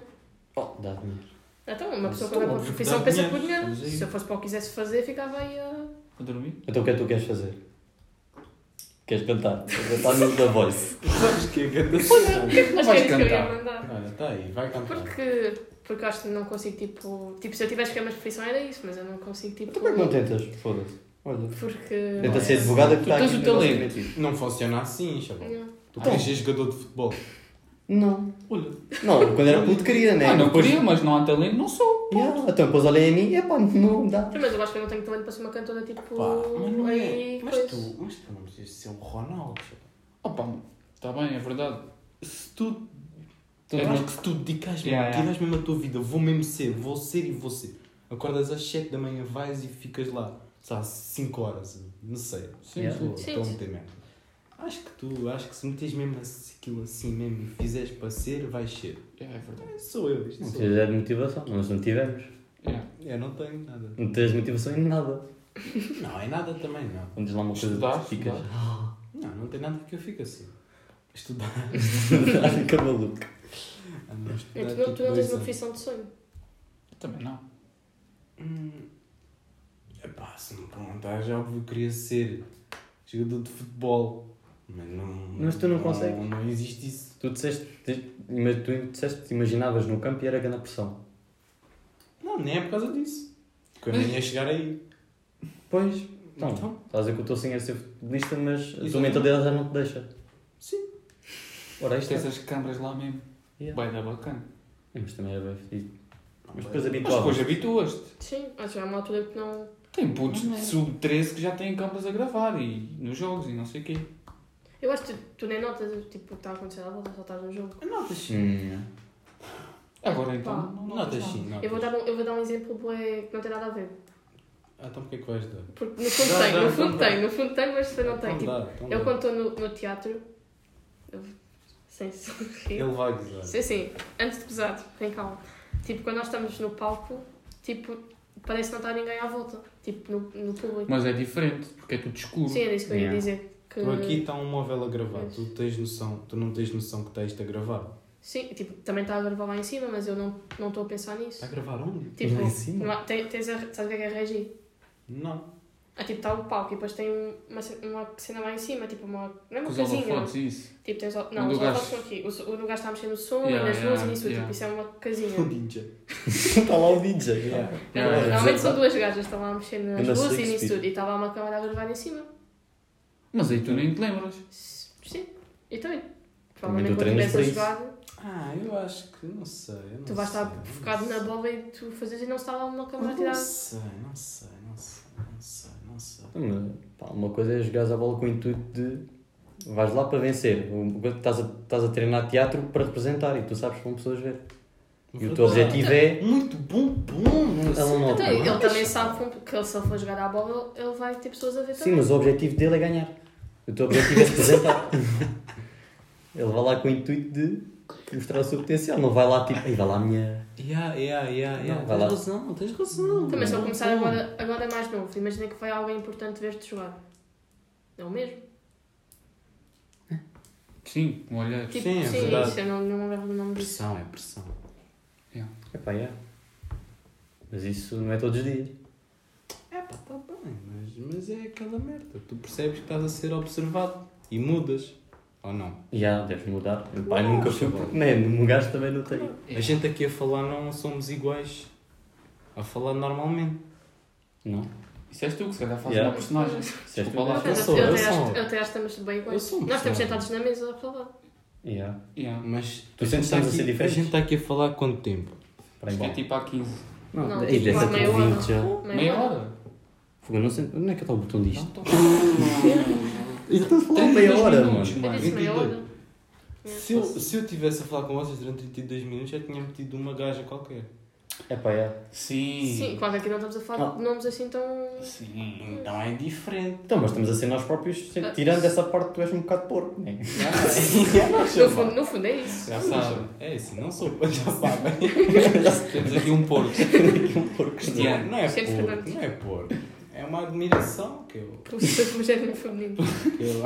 Oh, dá dinheiro.
Então, uma pessoa
Então,
quando vai para a
óbvio que
profissão
dá
pensa por
dinheiro,
dinheiro.
mas aí-
Se eu fosse para o que quisesse fazer, ficava aí a.
A dormir?
Então o que é que tu queres fazer? Queres cantar? Queres cantar no The Voice.
Sabes que é grande
Mas que
vais
era isso que eu ia
cantar.
mandar.
Olha, tá aí, vai cantar.
Porque. Porque eu acho que não consigo, tipo. Tipo, se eu tivesse que ter uma profissão era isso, mas eu não consigo, tipo.
Então como é que não tentas? Foda-se. Olha.
Porque.
Tenta ser advogada que
Tu
está
tens
aqui
o
no negócio
talento.
metido.
Não funciona assim, chaval.
Não.
Tu
Então.
queres ser jogador de futebol.
Não.
Olha.
Não, quando era puto queria, né?
Ah, não
Depois-
queria, mas não há talento, não sou.
Yeah, então depois olhem a mim e epá, não dá.
Mas eu acho que eu não tenho talento para ser uma cantora, tipo.
Pá, mas não é.
aí,
Mas
coisa.
tu, mas tu não precisas ser o Ronaldo, chaval.
Opa, está bem, é verdade. É,
Se tu
Tu
Eu
não-
acho que se É tu dedicas mesmo,
Yeah, yeah.
tiras mesmo a tua vida, vou mesmo ser, vou ser e vou ser. Acordas às 7 da manhã, vais e ficas lá, sabe, 5 horas, não sei.
Sim,
Yeah.
Estou
Sim,
estou a
sim.
meter merda. Acho que tu, acho que se metes mesmo assim- aquilo assim mesmo e fizeres para ser, vais ser.
É, é verdade.
Sou eu, isto
Não
sou eu.
precisas de motivação, nós não tivemos.
Yeah.
Eu não tenho nada.
Não tens motivação em nada.
Não, é nada também, não.
Vamos lá uma coisa
Estudar,
que ficas.
Não, não tem nada que eu fique assim. Estudar.
Fica maluco.
Ah, não,
É, tu
estudar
não,
tipo
tu não
dois
tens uma
anos.
profissão de sonho.
Eu Também não.
Hum, epá, se me perguntares, óbvio, eu queria ser jogador de futebol. Mas não.
Mas tu não consegues.
Não, existe isso.
Tu disseste, te- ima- tu disseste que te imaginavas no campo e era grande pressão.
Não, nem é por causa disso. Porque eu nem ia chegar aí.
Pois,
Então,
então, estás a dizer que o teu sonho era ser futebolista, mas a tua
Exatamente.
mentalidade já não te deixa.
Sim.
Ora, isto
Tem
é.
essas câmaras lá mesmo.
Yeah.
Vai dar bacana.
Mas também era bem fedido. Mas
Não,
depois
bem.
Mas
habituavas.
depois habituas-te.
Sim, acho que há uma altura que não.
Tem putos
Não é.
de sub-13 que já têm câmaras a gravar e nos jogos e não sei o quê.
Eu acho que tu, tu nem notas tipo, o que está a acontecer à volta, só estás no jogo.
Notas sim.
Hum.
Agora então.
Pá,
Notas sim, notas.
Eu vou dar um, eu vou dar um exemplo bué que não tem nada a ver.
Ah, então porquê que vais dar?
Porque no fundo
Dá,
tem,
dá,
no
dá,
fundo
dá.
tem, no fundo tem, mas depois não tem.
Então
Tipo,
dá, então
eu
dá.
quando estou no, no teatro, eu- sem sorrir.
Ele vai gozar.
Sim, sim, antes de gozar, tem calma. Tipo, quando nós estamos no palco, tipo, parece que não está ninguém à volta. Tipo, no, no público.
Mas é diferente, porque é tudo escuro.
Sim, era isso que eu ia
Yeah.
dizer. Que...
Tu aqui está um móvel a gravar,
Pois.
tu tens noção, tu não tens noção que tens a gravar.
Sim, tipo, também está a gravar lá em cima, mas eu não não estou a pensar nisso.
Está a gravar onde?
Tipo,
Lá em cima?
não há- tem- tens a, sabes o que é que é reagir?
Não.
Ah, tipo, está o palco e depois tem uma, ce- uma cena lá em cima, tipo, uma, não é
Com
uma
os
casinha.
holofotes, isso.
Tipo, tens, o- não,
Onde
os
o gajo-
holofotes estão aqui. O, so- o gajo está a mexer no som
Yeah,
e nas
yeah,
luzes e isso,
yeah.
tipo, isso é uma
O
casinha.
ninja.
Está lá o DJ.
Yeah.
Yeah, yeah.
Normalmente são duas gajas, estão lá a mexer nas
Ainda
luzes
sei
e
que
nisso
speed.
tudo. E estava uma câmera a gravar em cima.
Mas aí tu nem te lembras.
S- Sim, e também.
tu
Provavelmente quando
treinas
estivesse a
para
jogar,
Ah, eu acho que não sei. Eu não
tu vais estar
sei, não
focado
sei.
na bola e tu fazes e não está lá uma câmera a
Não
tirar.
sei, não sei, não sei, não sei, não sei.
Pá, uma coisa é jogares a bola com o intuito de vais lá para vencer. Uma coisa- Estás a, estás a treinar teatro para representar e tu sabes como pessoas ver. E o teu objetivo é.
Muito bom, bom!
Ela não
Então, ele
tem.
também sabe como- que ele, se ele for jogar à bola, ele ele vai ter pessoas a ver
Sim,
também.
mas o objetivo dele é ganhar. O teu objetivo é representar. ele vai lá com o intuito de mostrar o seu potencial. Não vai lá tipo. Aí vai lá a minha.
Yeah, yeah, yeah, yeah.
Não, vai lá.
Tens razão, tens razão.
Também se ele
Muito
começar
bom.
agora, agora é mais novo, imagina que vai alguém importante ver-te jogar. Não mesmo?
Sim, um olhar.
Tipo,
Sim,
sim,
é verdade.
isso, eu não, não me lembro do nome disso.
Pressão, é pressão.
Epá, yeah. Mas isso não é todos os dias.
É pá, tá bem, mas, mas é aquela merda. Tu percebes que estás a ser observado e mudas. Ou não?
Já, deves mudar. Pai, nunca
é
fui.
chaval.
Nem, um gajo também não tem.
É.
A gente aqui a falar não somos iguais. A falar normalmente.
Não.
Isso és tu que se calhar fazes
Yeah.
uma personagem.
Isso és tu.
Desculpa lá.
Mas
eu sou,
até-
eu
até
sou.
acho- até acho que estamos bem
Eu
iguais.
sou um uma
Nós estamos
pessoa.
sentados na mesa a falar.
Yeah.
Yeah.
Mas
Tu
a
sentes
gente
que estamos
tá
a ser
aqui-
diferentes?
A gente está aqui a falar há quanto tempo?
Para
Acho que
embora.
é tipo há 15.
Não,
Não,
aí
tipo,
deve
há
ser
meia
tipo
hora.
20 já.
Meia hora.
Fogo, eu não sei. Onde é que está o botão disto?
Eu estou a
Tem meia hora, mano.
Eu disse meia
22.
hora. É.
Se eu, se eu tivesse a falar com vocês durante 32 minutos, já tinha metido uma gaja qualquer.
É pá, é.
Sim.
Sim, claro que aqui não estamos a falar
Ah.
de nomes assim tão.
Sim.
Então é diferente.
Então, mas estamos a ser nós próprios. se- Tirando essa parte, tu és um bocado porco, né?
No fundo, no fundo é isso.
Já sabe.
É assim, não sou. Já sabem.
Temos aqui um porco. Cristiano.
Não é
Sempre
porco,
Fernandes.
não é porco. É uma admiração que eu,
Como se fosse um género feminino.
que eu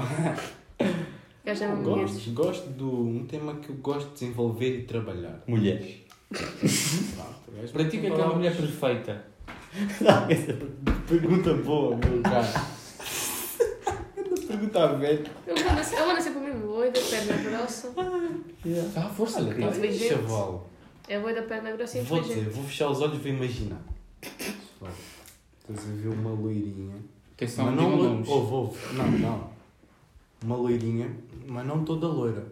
Gajo é
Eu
um mulher.
gosto. Gosto de um tema que eu gosto de desenvolver e trabalhar.
Mulheres.
Pronto, mas
Para ti, o que é que é uma mulher perfeita?
Pergunta boa, meu cara. Pergunta velha.
Eu ando sempre o mesmo boi da perna grossa.
Ah, força.
Olha,
Tá.
inteligente.
chaval.
É boi da perna grossa e
Vou dizer,
inteligente.
vou fechar os olhos e vou imaginar. Ó, Estás a ver uma loirinha.
Atenção,
Mas
não
não
digam
loira.
nomes.
Ouve, ouve. Não, não. Uma loirinha, mas não toda loira.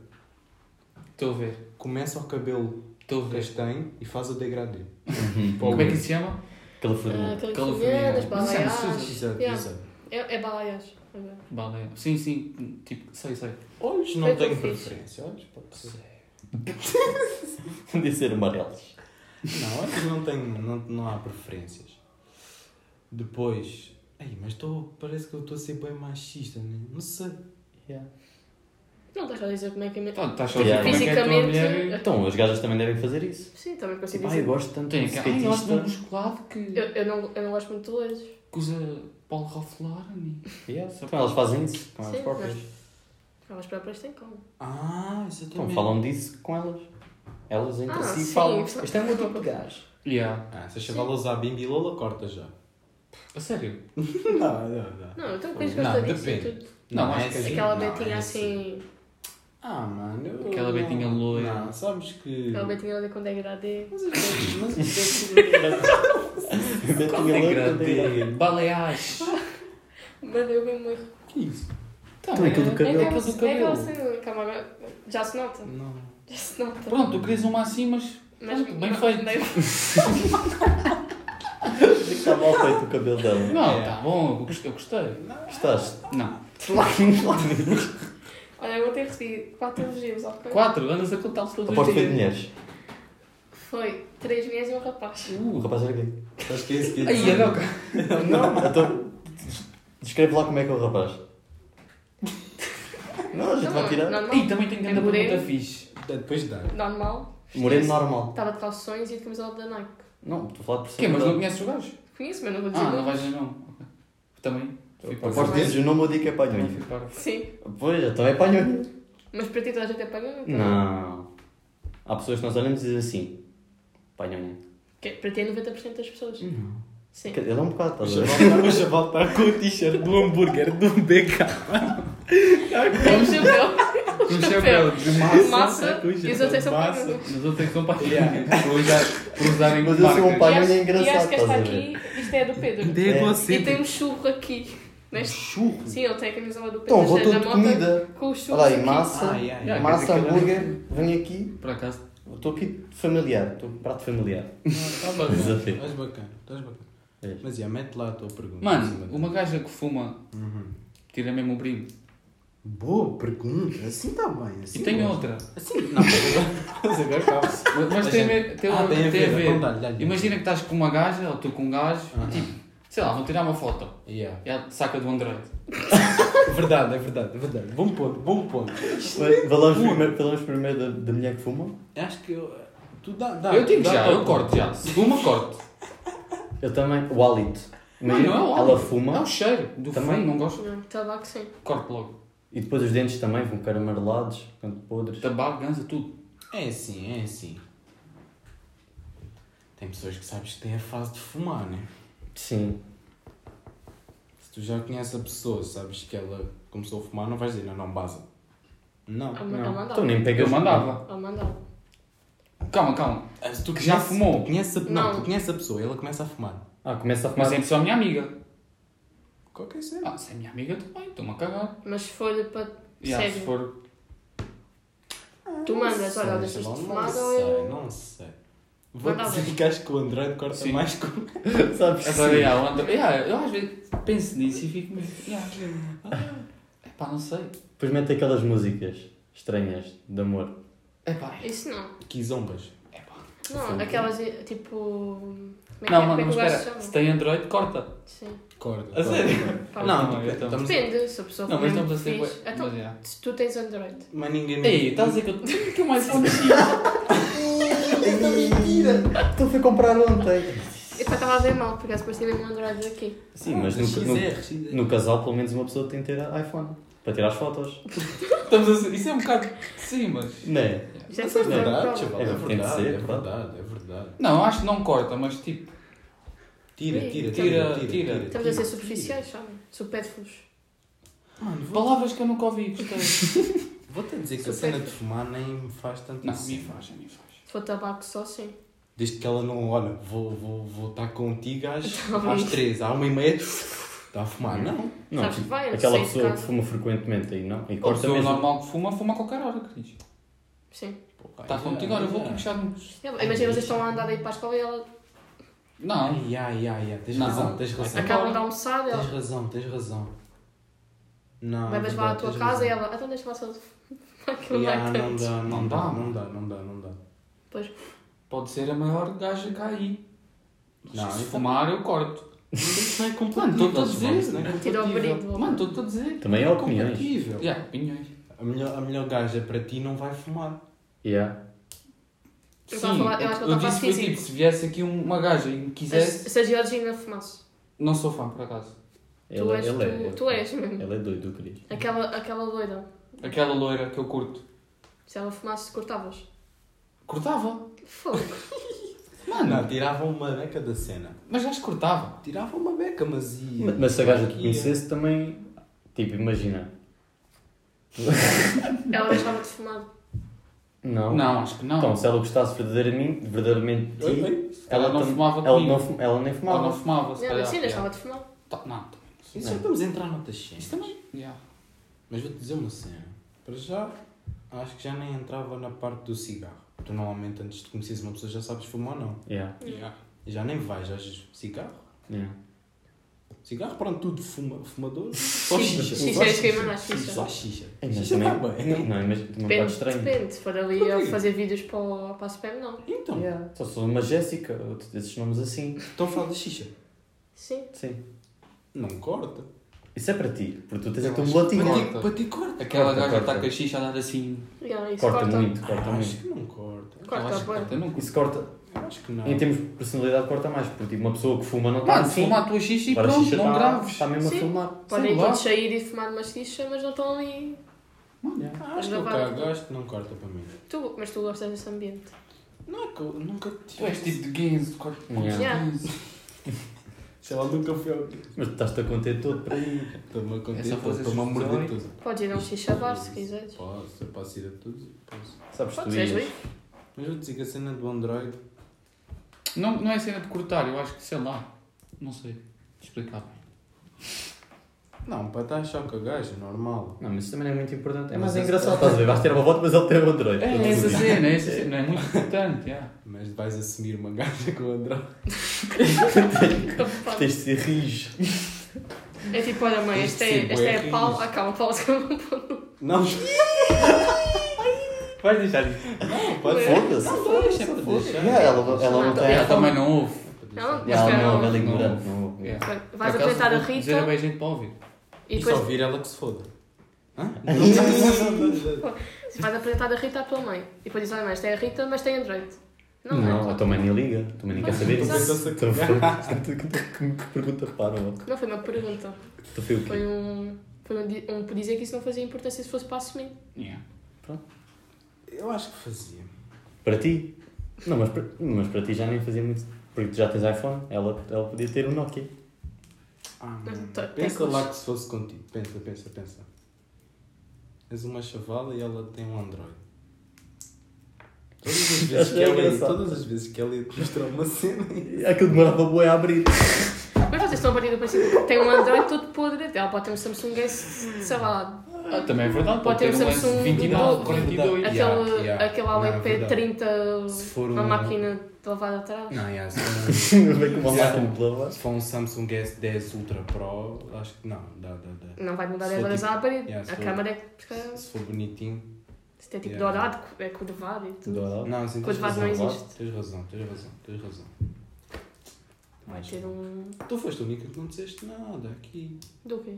Estou a ver.
Começa o cabelo
Estou a ver.
castanho e faz o degradê.
Como é que isso se chama?
Aquela
Ah,
fedora.
Aquele
Aquele
filhinho das
filhinho. Mas isso é
balaiás.
absurdo.
Exato,
Ah, Yeah.
exato.
É, é balaiás. agora.
Balé. Sim, sim. Tipo, sei, sei.
Olhos não
Feito
tenho
fixe.
preferência. Olhos pode ser.
Podia ser amarelos.
Não, olhos não tenho. Não, não há preferências. Depois. Ei, mas estou. Parece que eu estou a ser bem machista, né? Não sei.
Não estás a dizer como é que é.
Então, estás só a dizer como é que é a tua
Fisicamente-
mulher.
Então, as gajas também devem fazer isso.
Sim, também consigo
Tipo, ah, eu
dizer.
gosto tanto de
Tem
um
aquele ah,
skatista.
ótimo musculado que
Eu, eu, não, eu não gosto muito de leis.
que usa Paulo Raffelarani.
Yeah. Então, elas fazem isso com elas
Sim,
próprias.
Elas próprias têm como.
Ah,
Então,
exatamente.
falam disso com elas. Elas entre
Ah,
si
sim.
falam. Este é um outro tipo de gajo.
Yeah.
Ah, se a chavala usar bimbi lola, corta já.
A sério?
Não, não, não.
Não, então depois
Não,
gosta disso e
depende.
tudo.
Não, acho que
assim,
Aquela
não, é
betinha
assim.
assim.
Ah, mano. eu-
Aquela betinha
não-
loira.
Não, sabes que.
Aquela betinha ali com degradê.
Mas eu gosto- mas eu gosto-
é
grande. Baleás.
Mano, eu mesmo muito.
Que isso?
Tá,
Então, é tudo cabelo.
É aquela
do
é aquela
cabelo.
cena. Calma, agora. Já se nota.
Não.
Já se nota.
um Pronto, tu querias uma assim, mas.
Mas
pronto, bem
não-
feito.
bem-
Está mal feito o cabelo dela.
Não,
É.
tá bom, eu gost- eu gostei.
Gostaste?
Não.
Olha, eu ontem recebi 4 elogios, ok?
Quatro, andas a contá-los todos
Aposto
os
que foi de
dias.
mulheres.
Foi 3 mulheres e um rapaz.
Uh, O rapaz era gay.
Acho que é isso que eu
Aí,
disse.
é não, cara.
Então, descreve lá como é que é o rapaz. Não, a gente vai tirar.
normal.
Ih, também tenho grande
É Moreno.
pergunta fixe.
É, Depois dá.
Normal.
Moreno normal.
Estava de calções e de camisola da Nike.
Não, estou a falar de
Quê? Mas não
personalidade.
conheces os gajos?
Conheço, mas não vou dizer.
Ah, não
nome.
vais dizer não. Ok. Também. Fui para
Aposto que dizes o nome eu digo que é
Também
panhonha.
fui para
Sim.
Pois, então é panhonha.
Mas para ti toda a gente é panhonha? então?
Não. Há pessoas que nós olhamos e dizem assim. Panhonha.
Que- Para ti é 90% das pessoas.
Não.
Sim.
Ele é um bocado,
O
estás a ver?
chaval- O chaval está com o t-shirt do hambúrguer do BK.
Um chapéu.
Um
é
chapéu de
De
massa.
massa.
puxa,
E os outros é são
massa.
panhonha.
Mas eu tenho que são panhonhas. Por usar- Por usarem
Mas eu sou um
marcas.
Pá,
E
não é
acho- E
engraçado,
acho que esta
estás a ver?
aqui, isto é do Pedro.
É.
E tem um churro aqui. Neste...
Churro.
Sim, ele tem a camisola do Pedro.
Então, vou
da-
tudo
da
de
moto,
comida.
Com o churro
Olha aí,
aqui.
massa,
Ah, yeah,
yeah.
massa,
Quer dizer que
hambúrguer, venho aqui.
Por acaso.
Estou aqui familiar, estou com prato familiar.
Está bem.
Desafio.
Estás bacana, estás bacana.
És.
Mas yeah, mete lá a tua pergunta. em cima
Mano,
da-
uma gaja que fuma
Uhum.
tira mesmo o brilho.
Boa pergunta. Assim está bem. Assim
E tem
gosto.
outra.
Assim, não, mas agora calma-se.
Mas, mas
Mas
tem, a
é-
ver- tem,
Ah,
outra- tem a ver.
então dá-lhe, dá-lhe.
Imagina que estás com uma gaja ou tu com um gajo
Aham.
e tipo, sei lá, vão tirar uma foto.
Yeah.
E ela saca do Android.
É verdade, é verdade, é verdade. Bom ponto, bom ponto.
Vai- Falamos primeiro, falamos primeiro da, da mulher que fuma.
Acho que eu. Tu dá, dá,
eu digo
dá
já,
teu
eu
ponto.
corto já. Se Fuma, corto.
Eu também. O hálito.
Não, não é o
ela
óleo. É
fuma
o cheiro do
Também.
fumo, não gosto.
Não, tabaco sim.
Corto logo.
e depois os dentes também vão ficar amarelados, ficando podres.
Tabaco, ganza, tudo.
É assim, é assim. Tem pessoas que sabes que têm a fase de fumar, né?
Sim.
Se tu já conheces a pessoa, sabes que ela começou a fumar, não vais dizer, não, não, baza. Não.
Ele
Não.
mandava.
Então nem pegas.
Eu mandava.
Ele mandava.
Calma, calma.
Ah, Se tu
Que já
conheces-
fumou.
tu conheces a- não,
Não.
tu conheces a pessoa, ela começa a fumar.
Ah, começa a fumar.
Mas é só a minha amiga.
Qual que é isso?
Ah, se é minha amiga, também. Estou-me a cagar.
Mas se for para.
Já, se
Sério.
for.
Tu mandas, olha,
Não
é
deixas
sei,
de
Não
fumar ou
sei,
eu.
não sei. Vou
Mandava.
dizer que acho que o Android corta
Sim.
mais com.
é-
Sabes que
Agora,
sim.
já, o Android. Já, eu às vezes penso nisso e fico mesmo. já. Ah, Epá, não sei.
Depois mete aquelas músicas estranhas de amor.
Epá,
Isso não.
Que zombas.
Não, aquelas tipo. Como é que
é Não,
é- como
mano,
é que
mas
o gajo se
espera,
chama?
se tem Android, corta.
Sim.
Corda.
A sério?
Pá,
Não,
Não,
tipo,
eu também.
estamos.
Depende, se a pessoa
Não,
for
mas estamos
mesmo
a ser.
fixe.
bué-
Então,
Mas já.
se tu tens Android.
Mas ninguém.
Ei, estás a dizer que eu tenho que mais um
Estou a fui Então comprar ontem.
Eu estava a ver mal, porque se parecia mesmo um Android aqui.
Sim, mas no,
é
no, no casal pelo menos uma pessoa tem que ter iPhone. Para tirar as fotos.
Estamos a ser. Isso é um bocado. Sim, mas. tipo,
Não é?
Já
Isso é
foste a prova.
verdade, chaval.
É,
É
tem de
verdade,
ser,
é
pronto.
verdade, é verdade.
Não, acho que não corta, mas tipo.
Tira,
Sim.
tira,
Tira,
tira, tira.
tira.
tira,
Estamos a ser
tira.
superficiais, sabem? Supérfluos.
Mano, vou-
Palavras que eu nunca ouvi, gostei.
vou-te dizer que a
Super.
cena de fumar nem me faz tanto
Não,
assim.
me faz, me faz.
Se for tabaco só, sim.
Desde que ela não, olha, vou, vou, vou estar contigo às,
Não.
às três, à uma e meia, está a fumar. Não,
Não,
Sabes,
tipo,
vai, eu
aquela
sei de
pessoa que
casa.
fuma frequentemente e não. E
Ou
corta
pessoa
mesmo.
normal que fuma, fuma a qualquer hora, queridos.
Sim.
é
Está contigo, olha, eu vou aqui puxar-me.
É, Imagina, vocês estão a andar aí para a escola e ela
Não.
Ai, ai, ai, ai, tens
Não.
razão, tens razão.
Acaba-
acabam de almoçar,
Tens
ela
razão, tens razão. Não.
Ah,
bebes lá à tua casa e ela. Então deixa lá só de aquilo
Yeah,
lá
não
tanto.
dá, não
Não
dá,
dá.
não dá, não dá, não dá.
Pois.
Pode ser a maior gaja que há aí.
Não,
se
é-
então-
fumar, eu corto.
Isso não é
Mano, estou-te a dizer.
Isso não é
Tira o
compatível.
brilho.
Tipo, Mano, estou-te a dizer.
Também há opiniões.
Compatível.
Já, opiniões.
A melhor, a melhor gaja para ti não vai fumar.
Yeah.
Eu
Sim,
tava a falar- eu acho que tá eu
eu
tava a
disse foi
físico.
tipo, se viesse aqui uma gaja e me quisesse,
Se se a Georgina fumasse.
não sou fã, por acaso.
é-
Tu és, tu, tu és mesmo.
Ela é doida, eu queria.
Aquela, aquela doida.
Aquela loira que eu curto.
Se ela fumasse, cortavas.
Cortava.
Fogo.
Mano,
Não, tirava uma beca da cena.
mas já se cortava.
Tirava uma beca, mas e.
Mas, mas se a gaja te
é.
Ia.
conhecesse também, tipo, imagina.
Ela deixava de fumar.
Não.
Não, acho que não.
Então, se ela gostasse verdadeiramente, verdadeiramente de
Oi,
ti,
oi.
ela não
tam-
fumava
ela
comigo.
não fu- ela nem
Ou não
fumava.
fumava, se
Não,
calhar.
sim,
yeah.
deixava de fumar.
Tá- Não, também não sei.
Isso já estamos a entrar noutras
Isso
cenas.
também. yeah.
Mas vou-te dizer uma cena. Para já, acho que já nem entrava na parte do cigarro. Tu normalmente, antes de conheceres uma pessoa, já sabes fumar ou não.
Yeah.
Já, Já nem vais aos cigarro.
Yeah.
Cigarro, pronto, tudo fuma, fumador. Só
Xixa.
xixa.
Xixa,
Só
eles queimam na xixa.
Só xixa.
É, mas
Xixa
também-
está bem.
Não, mas não
Depende,
pode tá estranho.
depende. Se for ali
Por
a
quê?
fazer vídeos para, o- para a spam, não.
Então,
Yeah. Só sou uma Jéssica, ou esses nomes assim.
estão a falar de xixa.
Sim.
Sim.
Não corta.
Isso é para ti, porque tu tens
Eu
a tua
acho
mulatinha.
que-
Para ti- Para ti corta.
Aquela
Corta,
gaja que está
corta.
com a xixa a andar assim.
Yeah, isso
Corta
corta.
muito, corta
Ah, Acho
muito.
que não corta.
Eu
Corta,
acho que
bué.
corta, não
Isso corta.
Eu Acho que não.
Em termos de personalidade, corta mais, porque tipo, uma pessoa que fuma não está
Mano, fuma a tua xixa e
Agora a
pronto,
xixa
não
tá-
graves.
Está mesmo
Sim.
a filmar.
Podem
lá.
todos sair e fumar uma xixa, mas não estão ali.
Ah, Acho que eu
Gravar.
cago, acho que não corta para mim.
Tu, mas tu gostas desse ambiente.
Não é que eu nunca
Tu
tive.
és tipo de gays, corta
Yeah.
Yeah.
Sei lá, nunca fui ao. Estou-me
Mas tu estás-te a conter todo para aí.
a
É só
contentar,
fazer
estou-me a morder
suspeito.
tudo.
Podes ir a um xixa bar se quiseres.
Posso, eu posso ir a tudo. Posso.
Sabes, tu
Podes, és
ias.
livre.
Mas eu digo que a cena do Android.
Não, não é cena de cortar, eu acho que sei lá. Não sei. Explicar bem.
Não, para estar a choque a gajo, é normal.
Não, mas isso também não é muito importante. É
Mas
mais
é
engraçado.
engraçado.
Estás a ver? Vais ter uma foto, mas ele tem o Android.
É,
Tudo
essa
bem.
cena, é essa cena. É muito importante, yeah.
Mas vais assumir uma gaja com o Android.
Tens de ser rijo.
Então, É tipo, olha mãe, esta é,
Sim,
esta
bué
é
rios.
pau. Ah, calma, pau. calma.
Não,
Vais deixar isso.
não, pode
Ué.
ser.
Foda-se.
Foda-se, é para deixar.
Yeah, ela, ela não
Não,
tem.
Ela
Ela
também não ouve.
Não, mas
ela não,
espera.
ela é
Não.
ignorante. não-
Yeah.
Vais
Por acaso,
apresentar a
Mas era
Rita
bem gente para ouvir.
e
E só
depois
vir ela que se foda. Hã?
vais apresentar a Rita à tua mãe. E depois dizes, olha mãe, esta é a Rita, mas tem Android. Não, não.
Não, a tua mãe nem liga. A tua mãe nem quer saber
Exato.
isso.
Exato.
Então foi- Que que pergunta para, ó.
Não foi uma pergunta.
Tu foi o quê?
Foi um. Foi um, di- um por dizer que isso não fazia importância se fosse para assumir.
Yeah.
Eu acho que fazia.
Para ti? Não, mas para, mas para ti já nem fazia muito. Porque tu já tens iPhone, ela, ela podia ter um Nokia.
Ah,
Mas
mano,
tá-
pensa
teclas.
lá que se fosse contigo. Pensa, pensa, pensa. És uma chavala e ela tem um Android. Todas as vezes
Acho
que ela,
engraçado.
todas as vezes que ela ia te mostrar uma cena.
Aquilo demorava boi a abrir.
Mas vocês estão a partir do princípio que tem um Android todo podre. Ela pode ter um Samsung S, sei lá,
Ah, também é verdade,
Pode
pode
ter
ter um
um
lance de
Samsung
29,
novo.
42.
aquele,
Yeah, yeah.
aquele
Não, é
AWP
verdade.
30,
Se for
uma
um-
máquina de lavar atrás.
Não, yeah, se, for
Vem com uma
Yeah.
máquina de lavar.
um, se for um Samsung S10 Ultra Pro, acho que não, dá, dá, dá.
Não vai mudar
Se
agora
for tipo-
já a parede.
yeah, se
a
for-
câmara é que. porque
Se for bonitinho.
Se tem tipo
Yeah.
dourado, é curvado e tudo.
Não, sim, tens
Quando faz
razão.
não existe.
Tens razão, tens razão, tens razão.
Vai ter um.
Tu foste a única que não disseste nada aqui.
Do quê?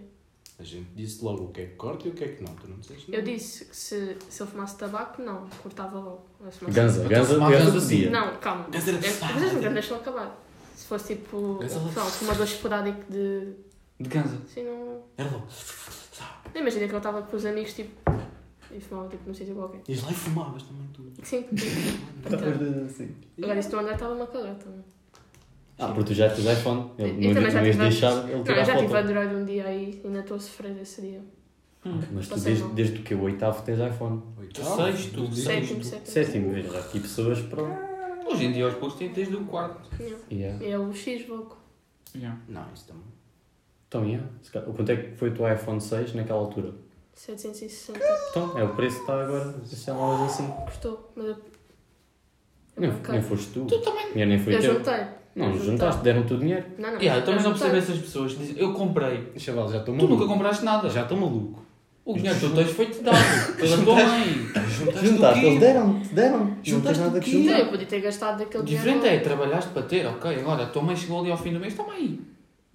A gente disse logo o que é que corta e o que é que não. Tu não disseste
Eu
nada.
disse que se, se eu fumasse tabaco, não, cortava logo. Mas se não-
Ganza, ganza,
fumar
ganza
ganza
podia.
Não, calma.
Mas era
É- Mas as mulheres deixam acabar. Se fosse tipo.
Mas ela-
Não, fumador esporádico de.
De ganza.
Assim não.
Era logo.
Nem imagina que eu estava com os amigos tipo. E fumava tipo num sítio qualquer.
Ias lá e fumavas também tu.
Sim.
Tá
Então,
Sim.
Agora isso do André estava-me a cagar também.
Ah, porque tu já tens iPhone. Ele
Eu
não,
também já
não ias
tive-
deixar ele
Não, eu
tirar
já
a
estive a
foto.
durar um dia aí e ainda estou a sofrer esse dia.
Hum. Mas tu
Passei
desde,
mal.
desde que o oitavo tens iPhone.
Oitavo,
Sexto,
do-
sexto.
Sétimo, sétimo.
Sétimo, vejo aqui pessoas para.
Hoje em dia aos poucos tem desde o quarto.
Yeah.
Yeah.
É o X Voco.
Yeah.
Não, isso tá também.
Então, yeah. se calhar- Quanto é que foi o teu iPhone 6 naquela altura?
760.
Então, é o preço que está agora. Se chamavas assim.
Custou, mas eu.
Nem,
eu
nem
banquei.
foste tu.
Tu também.
Dinheiro nem foi
Eu
teu.
juntei.
Não,
Eu
juntaste, deram-te o dinheiro.
Não, não.
Yeah, também
eu
não percebo
juntei.
essas pessoas. que dizem, Eu comprei.
Chaval, já estou
Tu
maluco.
nunca compraste nada.
Já estou maluco.
O dinheiro que tu tens foi-te dado pela tua mãe. Juntaste o
Juntaste,
quê?
eles deram-te, deram-te. Não tens
Juntaste
nada
o
que
quê?
Então
juntar.
eu podia ter gastado daquele
O
dinheiro.
diferente é, trabalhaste para ter, ok, agora a tua mãe chegou ali ao fim do mês, toma aí.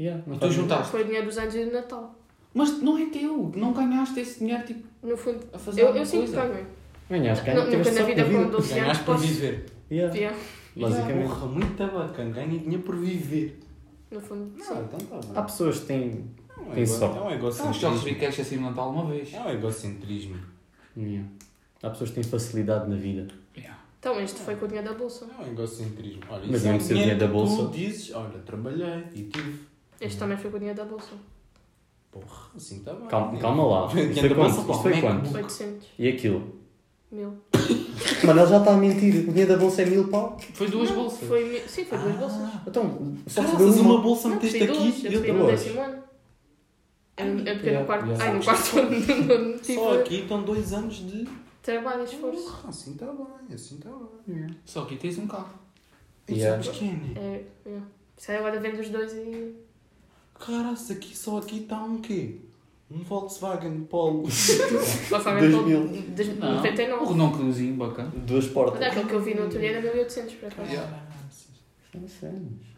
Yeah, não
Tu
faz nada.
juntaste.
Foi o dinheiro dos anos e do Natal.
Mas não é teu, não ganhaste esse dinheiro tipo
No fundo,
a fazer
eu,
alguma
eu sinto que
coisa.
ganhei.
Ganhaste,
Não,
ganhaste.
Nunca
tiveste
na
sorte
vida com 12 anos
Ganhaste por
posso.
viver.
Yeah.
Yeah,
Basicamente.
Porra, muito bacana. Ganha dinheiro por viver.
No fundo,
Não,
sim.
então está bem.
Há
Ah,
pessoas que têm.
É um
tem
ego-
sorte.
É um
Ah, já recebi
egocentrismo.
cash assim de Natal uma vez.
É um egocentrismo.
Yeah. Há pessoas que têm facilidade na vida.
Yeah.
Então, isto foi com o dinheiro da bolsa.
É um egocentrismo. Olha,
Mas
isso é
não
um
precisa de dinheiro da
que
bolsa.
Tu dizes, olha, trabalhei e tive.
Este também foi com o dinheiro da bolsa.
Porra, assim está bem.
Calma, calma lá.
Dinheiro
Isto foi
da
quanto?
bolsa,
Isto
pá,
foi
mega.
quanto?
800
E aquilo?
mil.
Mano, ele já está a mentir. O dinheiro da bolsa é mil pau.
Foi duas bolsas.
Foi mil. Sim, foi duas bolsas.
Então, só recebeu
Graças a
uma.
Ah, uma bolsa
Ah, Não,
meteste
recebi duas.
aqui
Eu
e
recebi
outra
no
duas.
décimo ano. Eu, eu fiquei no
Yeah,
quarto.
yeah.
Ai, no quarto ano.
Só
Tive
aqui estão dois anos de. tá
trabalho e esforço.
Porra, assim está bem, assim está bem.
Só que tens um carro. Isso
Yeah.
é pequeno.
É, é. Se agora vendo os dois e.
Caraca, aqui só aqui
tá
está um quê? Um Volkswagen Polo.
Provavelmente
2000.
pelo- dois-
Não.
99.
Um Renault Cruzinho, bacana.
Duas portas.
Mas é aquele que eu vi no outro dia era 1800 para cá.
Não
é-
sei, mas-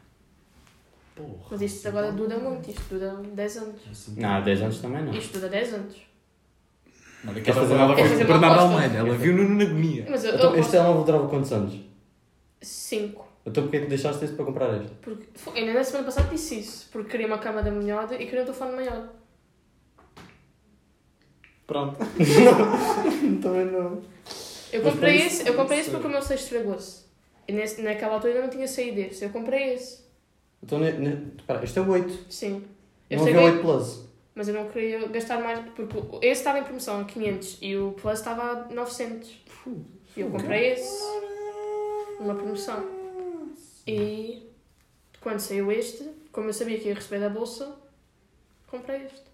Porra.
Mas isto agora dura muito, isto dura 10 anos.
Não, há 10 anos também não.
Isto dura 10 anos.
Olha,
Queres
aquela
fazer
foi ela
uma
foi
aposta?
de Bernardo
Queres fazer uma
Almeida. Ela viu no na agonia.
Mas eu,
é? Então,
eu
este
gosto.
telemóvel durava quantos anos?
5.
Então porquê é que deixaste esse para comprar este?
Porque, foi- ainda na semana passada disse isso, porque queria uma câmara melhor e queria um telefone maior.
Pronto.
Também não.
Eu comprei
Mas para isso-
esse, eu comprei esse
isso-
porque o meu sexto estragou-se. E nesse, naquela altura ainda não tinha saído esse. Eu comprei esse.
Então, ne, ne, pera, este é o 8.
Sim. Eu
Não havia o
estraguei,
8 Plus.
mas eu não queria gastar mais, porque o- esse estava em promoção a 500 e o Plus estava a 900. E eu comprei esse. Numa promoção. E quando saiu este, como eu sabia que ia receber da bolsa, comprei este.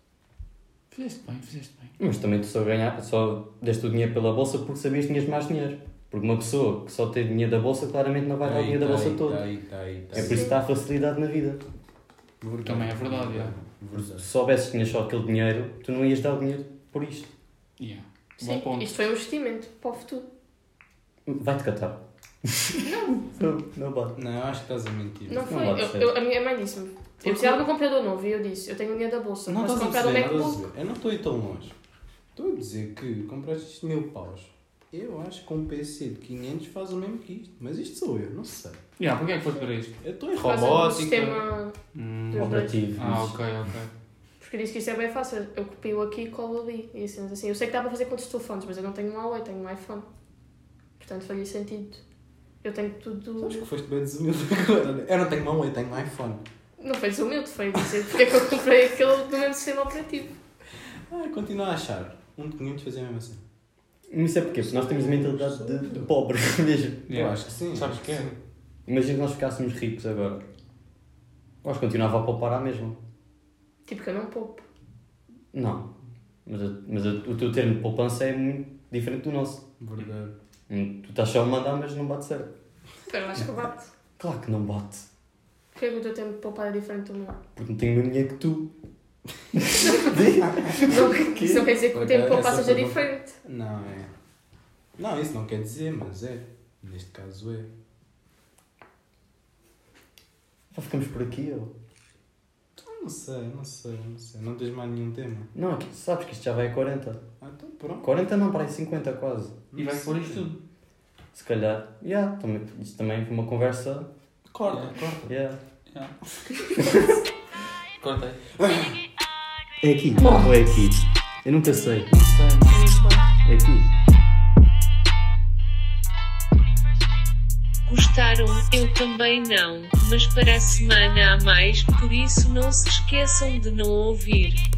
Fizeste bem, fizeste bem.
Mas também tu só, ganha, só deste o dinheiro pela bolsa porque sabias que tinhas mais dinheiro. Porque uma pessoa que só tem dinheiro da bolsa claramente não vai dar o dinheiro da bolsa todo.
Tá aí, tá aí, tá
É por isso que está a facilidade na vida.
aí.
Também é verdade, é.
Se
Verdade.
soubesses que tinhas só aquele dinheiro, tu não ias dar o dinheiro por isto.
Yeah. Bom
Sim,
ponto.
isto foi um investimento para o futuro.
Vai-te catar. Não. não bate.
Não, eu acho que estás a mentir.
Não foi.
pode
eu-
ser.
eu- a minha mãe disse-me. Eu precisava de um computador novo e eu disse, eu tenho dinheiro da bolsa,
Não
posso
estás a
comprar um
perceber, não estás a
MacBook.
perceber. Eu não estou aí tão longe. Estou a dizer que compraste isto mil paus. Eu acho que um PC de 500 faz o mesmo que isto. Mas isto sou eu, não sei.
Yeah, porquê é que foste para isto?
Eu estou em
Por causa do
robótica.
um sistema
Hum.
dos dois.
Operativo.
Ah,
isso.
ok, ok.
Porque disse que isto é bem fácil. Eu copio aqui e colo ali. E assim, assim. Eu sei que dá para fazer com outros telefones, mas eu não tenho um Huawei, tenho um iPhone. Portanto, fazia sentido. Eu tenho tudo.
Sabes que foste bem desumilde agora, né? Eu não tenho mão, eu tenho iPhone.
Não foi desumilde, foi dizer porque é que eu comprei aquele do mesmo sistema operativo.
Ah, continuo a achar. Um de 500 fazia mesmo assim.
Mas Isso é porque nós temos a mentalidade de, de pobre mesmo.
Eu
Yeah.
acho que sim.
Sabes
acho
que é?
sim.
Imagina que nós ficássemos ricos agora. Nós continuava a poupar à mesma.
Tipo que eu não poupo.
Não. Mas, a- mas a- o teu termo de poupança é muito diferente do nosso.
Verdade.
Hum, Tu estás só a mandar, mas não bate certo.
Espera, acho que eu bato.
Claro que não bate.
Porquê que o teu tempo de poupar é diferente do meu?
Porque não tenho o mesmo dinheiro que tu.
Não, isso não quer dizer que o
Ok,
tempo de poupar
essa
seja
pergunta-
diferente.
Não, é. Não, isso não quer dizer, mas é. Neste caso é.
Já ficamos por aqui, ou?
Ah, Não sei, não sei, não sei. Não tens mais nenhum tema.
Não, é que sabes que isto já vai a 40.
Ah, então pronto.
40 não, para aí 50 quase.
E vai pôr isto tudo.
Se calhar. Yeah, também, isto também foi uma conversa.
Corta, corta.
Yeah.
Yeah. Corta aí.
É aqui. Ou é aqui? Eu nunca sei. É aqui.
Gostaram? Eu também não. Mas para a semana há mais, por isso não se esqueçam de não ouvir.